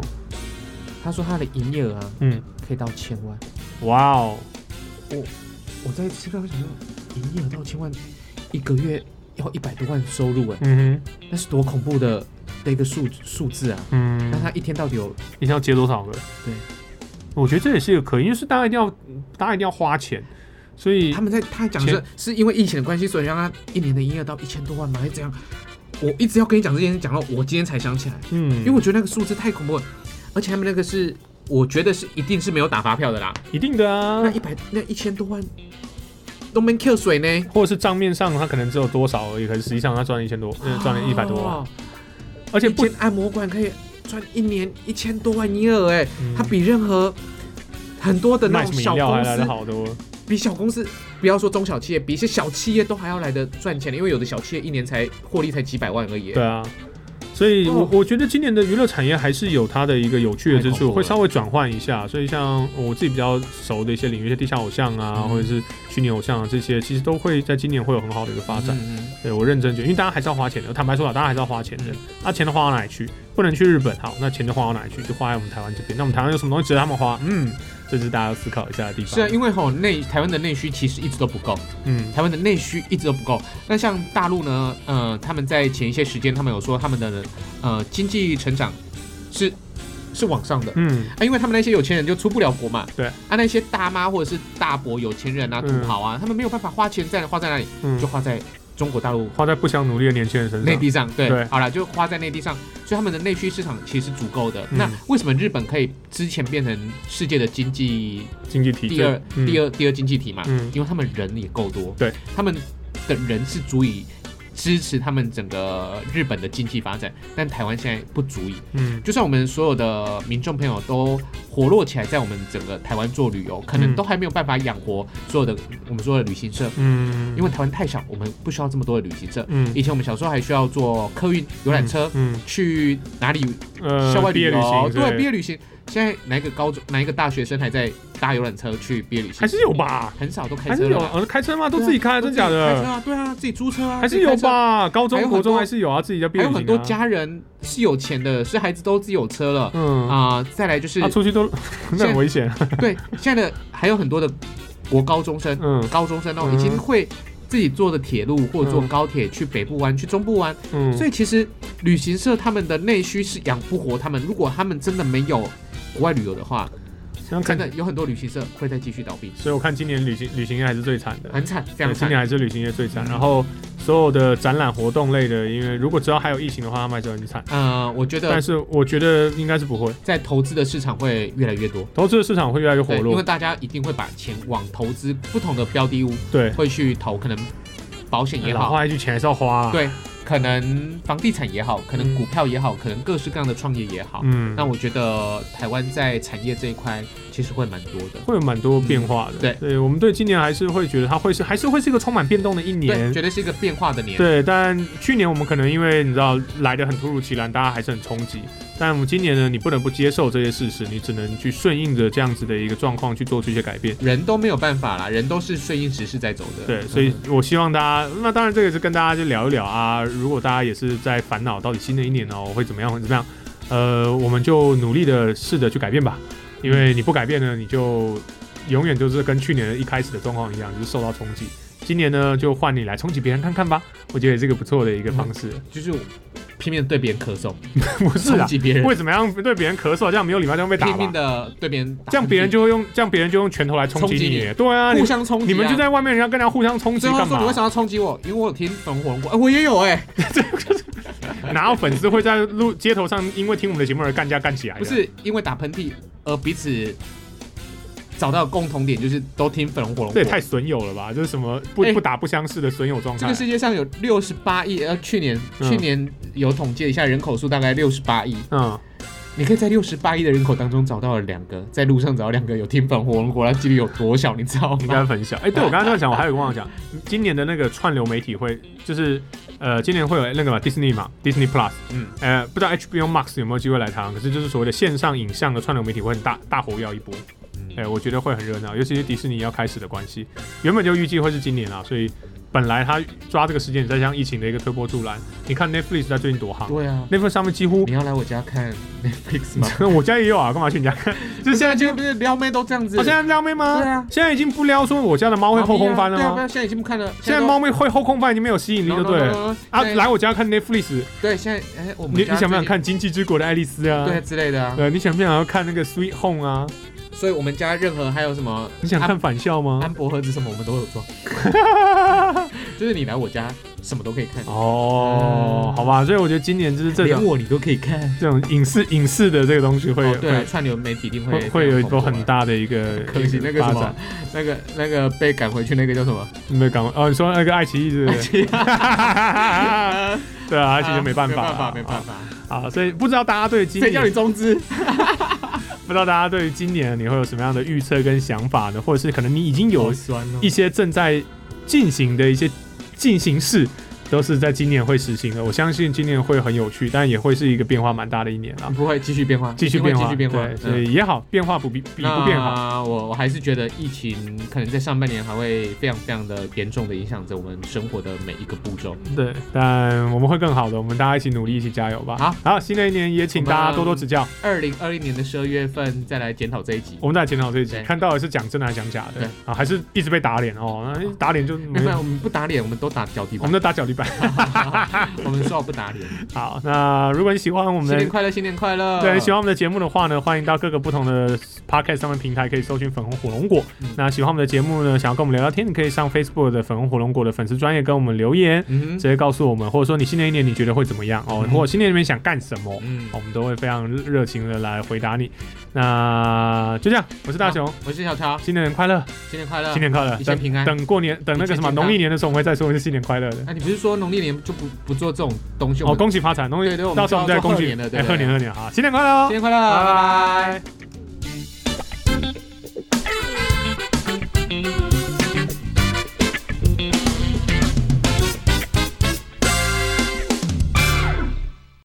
Speaker 2: 他说他的营业额啊
Speaker 1: 嗯，
Speaker 2: 可以到千万。
Speaker 1: 哇哦，
Speaker 2: 我在吃饭，我想说营业额到千万，一个月要一百多万收入哎，
Speaker 1: 嗯哼，
Speaker 2: 那是多恐怖的的一个数数字啊！
Speaker 1: 嗯
Speaker 2: 那，他一天到底有
Speaker 1: 你想要接多少个？
Speaker 2: 对，
Speaker 1: 我觉得这也是一个可以，因为是大家一定要，大家一定要花钱，所以
Speaker 2: 他们在他讲
Speaker 1: 嗯
Speaker 2: 是是因为疫情的关系，所以让他一年的营业额到一千多万吗？还是怎样？我一直要跟你讲这件事，讲到我今天才想起来，
Speaker 1: 嗯，
Speaker 2: 因为我觉得那个数字太恐怖了，而且他们那个是我觉得是一定是没有打发票的啦，
Speaker 1: 一定的啊
Speaker 2: 那，一百那一千多万都没 Q 水呢，
Speaker 1: 或者是账面上他可能只有多少而已，可是实际上他赚了一千多，呃赚了一百多万，
Speaker 2: 哦，
Speaker 1: 而且
Speaker 2: 一
Speaker 1: 不，
Speaker 2: 间按摩馆可以赚一年一千多万营业额哎，
Speaker 1: 嗯
Speaker 2: 它比任何很多的那
Speaker 1: 卖
Speaker 2: 种
Speaker 1: 什么
Speaker 2: 小
Speaker 1: 饮料还
Speaker 2: 公
Speaker 1: 来的哦
Speaker 2: 司，
Speaker 1: 好多，
Speaker 2: 比小公司不要说中小企业，比一些小企业都还要来的赚钱的，因为有的小企业一年才获利才几百万而已。
Speaker 1: 对啊，所以我
Speaker 2: 哦
Speaker 1: 我觉得今年的娱乐产业还是有它的一个有趣的之
Speaker 2: 太恐
Speaker 1: 处，
Speaker 2: 怖
Speaker 1: 会
Speaker 2: 了
Speaker 1: 稍微转换一下。所以像我自己比较熟的一些领域，一些地下偶像啊，
Speaker 2: 嗯
Speaker 1: 或者是虚拟偶像啊，这些其实都会在今年会有很好的一个发展。
Speaker 2: 嗯嗯
Speaker 1: 对我认真觉得，因为大家还是要花钱的。坦白说啊，大家还是要花钱的
Speaker 2: 嗯。
Speaker 1: 那、钱都花到哪里去？不能去日本，好，那钱就花到哪里去？就花在我们台湾这边。那我们台湾有什么东西值得他们花？嗯，这是大家要思考一下的地方。
Speaker 2: 是啊，因为吼内台湾的内需其实一直都不够，
Speaker 1: 嗯
Speaker 2: 台湾的内需一直都不够。那像大陆呢，呃，他们在前一些时间，他们有说他们的呃经济成长是是往上的。
Speaker 1: 嗯
Speaker 2: 啊，因为他们那些有钱人就出不了国嘛，
Speaker 1: 对
Speaker 2: 啊，那些大妈或者是大伯有钱人啊、土
Speaker 1: 嗯
Speaker 2: 豪啊，他们没有办法花钱在花在哪里，
Speaker 1: 嗯，
Speaker 2: 就花在中国大陆
Speaker 1: 花在不想努力的年轻人身
Speaker 2: 内
Speaker 1: 上。
Speaker 2: 地上，对，
Speaker 1: 对
Speaker 2: 好了，就花在内地上，所以他们的内需市场其实足够的。
Speaker 1: 嗯
Speaker 2: 那为什么日本可以之前变成世界的经济
Speaker 1: 经济体
Speaker 2: 第二、
Speaker 1: 嗯
Speaker 2: 第二第二经济体嘛？
Speaker 1: 嗯
Speaker 2: 因为他们人也够多，
Speaker 1: 对，
Speaker 2: 他们的人是足以支持他们整个日本的经济发展，但台湾现在不足以。
Speaker 1: 嗯
Speaker 2: 就算我们所有的民众朋友都活络起来，在我们整个台湾做旅游，可
Speaker 1: 嗯
Speaker 2: 能都还没有办法养活所有的我们说的旅行社，
Speaker 1: 嗯，
Speaker 2: 因为台湾太小，我们不需要这么多的旅行社。
Speaker 1: 嗯
Speaker 2: 以前我们小时候还需要坐客运、游览车
Speaker 1: 嗯
Speaker 2: 去哪里
Speaker 1: 呃
Speaker 2: 校外
Speaker 1: 毕
Speaker 2: 旅
Speaker 1: 业旅
Speaker 2: 游哦
Speaker 1: 行，
Speaker 2: 对，毕业旅行。现在哪一个高中、哪一个大学生还在搭游览车去毕业旅行？
Speaker 1: 还是有？吧？
Speaker 2: 很少都开
Speaker 1: 还
Speaker 2: 车
Speaker 1: 是有，
Speaker 2: 了吧，
Speaker 1: 呃，开车吗？
Speaker 2: 对
Speaker 1: 都
Speaker 2: 啊
Speaker 1: 自己开，真假
Speaker 2: 都自己开车
Speaker 1: 的？
Speaker 2: 啊，对啊，自己租车啊，
Speaker 1: 还是
Speaker 2: 自己
Speaker 1: 有
Speaker 2: 开车？
Speaker 1: 吧？高
Speaker 2: 还
Speaker 1: 中、
Speaker 2: 有很多
Speaker 1: 国中还是有啊，自己在毕
Speaker 2: 还
Speaker 1: 业旅
Speaker 2: 有很
Speaker 1: 行
Speaker 2: 多
Speaker 1: 啊。
Speaker 2: 家人是有钱的，是孩子都自己有车了。
Speaker 1: 嗯，
Speaker 2: 啊、再来就是、
Speaker 1: 他出去都 [laughs] 那很
Speaker 2: 现在
Speaker 1: 危险。啊
Speaker 2: 对，现在的还有很多的国高中生、
Speaker 1: 嗯
Speaker 2: 高中生哦，
Speaker 1: 嗯
Speaker 2: 已经会自己坐的铁路或者坐
Speaker 1: 嗯
Speaker 2: 高铁去北部湾、去中部湾，
Speaker 1: 嗯，
Speaker 2: 所以其实旅行社他们的内需是养不活他们。如果他们真的没有国外旅游的话，
Speaker 1: 想看
Speaker 2: 真的有很多旅行社会再继续倒闭，
Speaker 1: 所以我看今年旅行旅行业还是最惨的，
Speaker 2: 很惨，
Speaker 1: 嗯
Speaker 2: 非
Speaker 1: 对
Speaker 2: 常
Speaker 1: 今
Speaker 2: 惨。
Speaker 1: 年还是旅行业最惨。
Speaker 2: 嗯
Speaker 1: 然后所有的展览活动类的，因为如果只要还有疫情的话，他们还是很惨。
Speaker 2: 呃，我觉
Speaker 1: 但
Speaker 2: 得
Speaker 1: 是我觉得应该是不会，
Speaker 2: 在投资的市场会越来越多，
Speaker 1: 投资的市场会越来越活
Speaker 2: 对，因为
Speaker 1: 络。
Speaker 2: 大家一定会把钱往投资不同的标的物
Speaker 1: 对，
Speaker 2: 会去投，可能保险也
Speaker 1: 老
Speaker 2: 好，
Speaker 1: 话一句，钱还是要花啊。
Speaker 2: 对可能房地产也好，可
Speaker 1: 嗯
Speaker 2: 能股票也好，可能各式各样的创业也好。
Speaker 1: 嗯，
Speaker 2: 那我觉得台湾在产业这一块其实会蛮多的，
Speaker 1: 会有蛮多变化的。
Speaker 2: 嗯对
Speaker 1: 我们对今年还是会觉得它会是还是会是一个充满变动的一
Speaker 2: 对，
Speaker 1: 年。
Speaker 2: 绝对是一个变化的年。
Speaker 1: 对，但去年我们可能因为你知道来的很突如其来，大家还是很冲击。但我们今年呢，你不能不接受这些事实，你只能去顺应着这样子的一个状况去做出一些改变。
Speaker 2: 人都没有办法啦，人都是顺应时势在走的。
Speaker 1: 对，所以
Speaker 2: 嗯
Speaker 1: 我希望大家，那当然这个是跟大家就聊一聊啊。如果大家也是在烦恼到底新的一年呢、我会怎么样，会怎么样，呃，我们就努力的试着去改变吧。因为你不改变呢，你就永远就是跟去年一开始的状况一样，就是受到冲击。今年呢，就换你来冲击别人看看吧，我觉得也是个不错的一个方式。
Speaker 2: 就是拼命地对别人咳嗽，
Speaker 1: [laughs] 不是
Speaker 2: 冲
Speaker 1: 啊，
Speaker 2: 击 [laughs] 别人，
Speaker 1: 为什么要对别人咳嗽？这样没有礼貌，这样被打
Speaker 2: 拼
Speaker 1: 吧
Speaker 2: 命？的对别人打，
Speaker 1: 这样别人就会用，这样别人就用拳头来冲击
Speaker 2: 冲击
Speaker 1: 你。
Speaker 2: 你
Speaker 1: 对啊，你
Speaker 2: 互相冲击啊、
Speaker 1: 你们就在外面，人家跟人家互相冲击
Speaker 2: 最后
Speaker 1: 干
Speaker 2: 说
Speaker 1: 嘛？
Speaker 2: 你为什么要冲击我？因为我有听粉红火龙果，哎、我也有哎、
Speaker 1: 哪有粉丝会在路街头上因为听我们的节目而干架干起来的？
Speaker 2: 不，是因为打喷嚏而彼此找到共同点，就是都听粉红火龙
Speaker 1: 这
Speaker 2: 果
Speaker 1: 也。太损友了吧？这是什么不、
Speaker 2: 哎
Speaker 1: 不打不相识的损友状
Speaker 2: 这
Speaker 1: 态
Speaker 2: 个？世界上有六十八亿，呃，去年、
Speaker 1: 嗯
Speaker 2: 去年有统计一下人口数，大概六十八亿。
Speaker 1: 嗯，
Speaker 2: 你可以在六十八亿的人口当中找到了两个，在路上找到两个有听粉红火龙果，那几率有多小，你知道
Speaker 1: 应
Speaker 2: 吗？
Speaker 1: 该很小。哎、对我刚刚 [laughs] 在想，我还有一个忘了讲，今年的那个串流媒体会就是呃，今年会有那个嘛 Disney 嘛 Disney Plus，
Speaker 2: 嗯，
Speaker 1: 呃，不知道 HBO Max 有没有机会来台湾，可是就是所谓的线上影像的串流媒体会很大大火要一波。哎、我觉得会很热闹，尤其是迪士尼要开始的关系，原本就预计会是今年啦，所以本来他抓这个时间，再加上疫情的一个推波助澜，你看 Netflix 在最近多夯
Speaker 2: 对啊，
Speaker 1: ，Netflix 上面几乎
Speaker 2: 你要来我家看 Netflix 吗？
Speaker 1: [laughs] 我家也有啊，干嘛去你 [laughs] 家看？就
Speaker 2: 就是现
Speaker 1: 现在
Speaker 2: 在
Speaker 1: 就，
Speaker 2: 就不是撩妹都这样子，
Speaker 1: 我、现在撩妹吗？
Speaker 2: 对啊
Speaker 1: 现在已经不撩说我家的猫会后空翻了
Speaker 2: 对啊，对
Speaker 1: 吗？
Speaker 2: 啊，现在已经不看了。
Speaker 1: 现在猫咪会后空翻已经没有吸引力，
Speaker 2: 都
Speaker 1: 就对了。啊，
Speaker 2: 啊，
Speaker 1: 来我家看 Netflix，
Speaker 2: 对，现在哎，我们
Speaker 1: 你你
Speaker 2: 家
Speaker 1: 想不想
Speaker 2: 最近？
Speaker 1: 看《经济之国的爱丽丝》啊？
Speaker 2: 对之类的啊，
Speaker 1: 对，你想不想要看那个《Sweet Home》啊？
Speaker 2: 所以我们家任何还有什么
Speaker 1: 你想
Speaker 2: 安
Speaker 1: 看返校吗？
Speaker 2: 安博盒子什么，我们都有装。就是你来我家，什么都可以看，
Speaker 1: 哦，
Speaker 2: 嗯
Speaker 1: 好吧，所以我觉得今年就是这
Speaker 2: 连
Speaker 1: 种
Speaker 2: 我你都可以看。
Speaker 1: 这种影视影视的这个东西会
Speaker 2: 哦，对啊，
Speaker 1: 会
Speaker 2: 串流媒体一定
Speaker 1: 会
Speaker 2: 会
Speaker 1: 会有一波很
Speaker 2: 大。
Speaker 1: 大的一个
Speaker 2: 可惜那个
Speaker 1: 发
Speaker 2: 什
Speaker 1: 展
Speaker 2: 么。，那个那个被赶回去那个叫什么？
Speaker 1: 你没赶快哦，你说那个爱奇艺是
Speaker 2: [laughs]
Speaker 1: 不是？ [laughs] 对啊，爱
Speaker 2: 他
Speaker 1: 奇艺就没办法
Speaker 2: 没
Speaker 1: 了，
Speaker 2: 办法，没办法。
Speaker 1: 啊，所以不知道大家对今
Speaker 2: 谁叫
Speaker 1: 年
Speaker 2: 你中资？
Speaker 1: 不知道大家对于今年你会有什么样的预测跟想法呢？或者是可能你已经有
Speaker 2: 好酸哦
Speaker 1: 一些正在进行的一些进行式，都是在今年会实行的。我相信今年会很有趣，但也会是一个变化蛮大的一年啦。
Speaker 2: 不会啊继续变化，
Speaker 1: 继续
Speaker 2: 嗯一定会
Speaker 1: 变化，
Speaker 2: 继续变化
Speaker 1: 对，，
Speaker 2: 嗯
Speaker 1: 所以也好，变化不比比不变好。
Speaker 2: 那我我还是觉得疫情可能在上半年还会非常非常的严重的影响着我们生活的每一个步骤。
Speaker 1: 对，但我们会更好的，我们大家一起努力，一起加油吧。
Speaker 2: 好，嗯
Speaker 1: 好，新的一年也请大
Speaker 2: 我
Speaker 1: 家
Speaker 2: 们
Speaker 1: 多多指教。
Speaker 2: 二零二一年的十二月份再来检讨这一集。
Speaker 1: 我们再来检讨这一集
Speaker 2: 对，
Speaker 1: 看到底是讲真的还是讲假的
Speaker 2: 对
Speaker 1: 啊？还是一直被打脸哦？那打脸就
Speaker 2: 没
Speaker 1: 没
Speaker 2: [laughs] 有，没有
Speaker 1: 有，
Speaker 2: 我们不打脸，我们都打脚底
Speaker 1: 我
Speaker 2: 板
Speaker 1: 们。都打脚底板。
Speaker 2: [laughs] 我们说好不打脸。
Speaker 1: 好，那如果你喜欢我们的
Speaker 2: 新年快乐，新年快乐！
Speaker 1: 对，喜欢我们的节目的话呢，欢迎到各个不同的 podcast 上面平台可以搜寻粉红火龙果。
Speaker 2: 嗯
Speaker 1: 那喜欢我们的节目呢，想要跟我们聊聊天，你可以上 Facebook 的粉红火龙果的粉丝专业跟我们留言，
Speaker 2: 嗯
Speaker 1: 直接告诉我们，或者说你新的一年你觉得会怎么样哦，
Speaker 2: 嗯
Speaker 1: 或者新年里面想干什么，
Speaker 2: 嗯，
Speaker 1: 我们都会非常热情的来回答你。那就这样，我是大雄，
Speaker 2: 我是小超，
Speaker 1: 新年快乐，
Speaker 2: 新年快乐，
Speaker 1: 新年快乐，
Speaker 2: 嗯一切
Speaker 1: 等
Speaker 2: 平安。
Speaker 1: 等过年，等那个什么
Speaker 2: 一切健康
Speaker 1: 农历年的时候，我们会再说一次新年快乐的。
Speaker 2: 啊那你不是说农历年就不不做这种东西？我
Speaker 1: 哦，
Speaker 2: 们
Speaker 1: 恭喜发财，农历
Speaker 2: 对对我们
Speaker 1: 到时候我们
Speaker 2: 就要
Speaker 1: 再
Speaker 2: 做
Speaker 1: 恭
Speaker 2: 贺
Speaker 1: 喜
Speaker 2: 年了对
Speaker 1: 哎
Speaker 2: 对
Speaker 1: 贺年贺年好，新年快乐哦
Speaker 2: 新，年快乐，拜拜。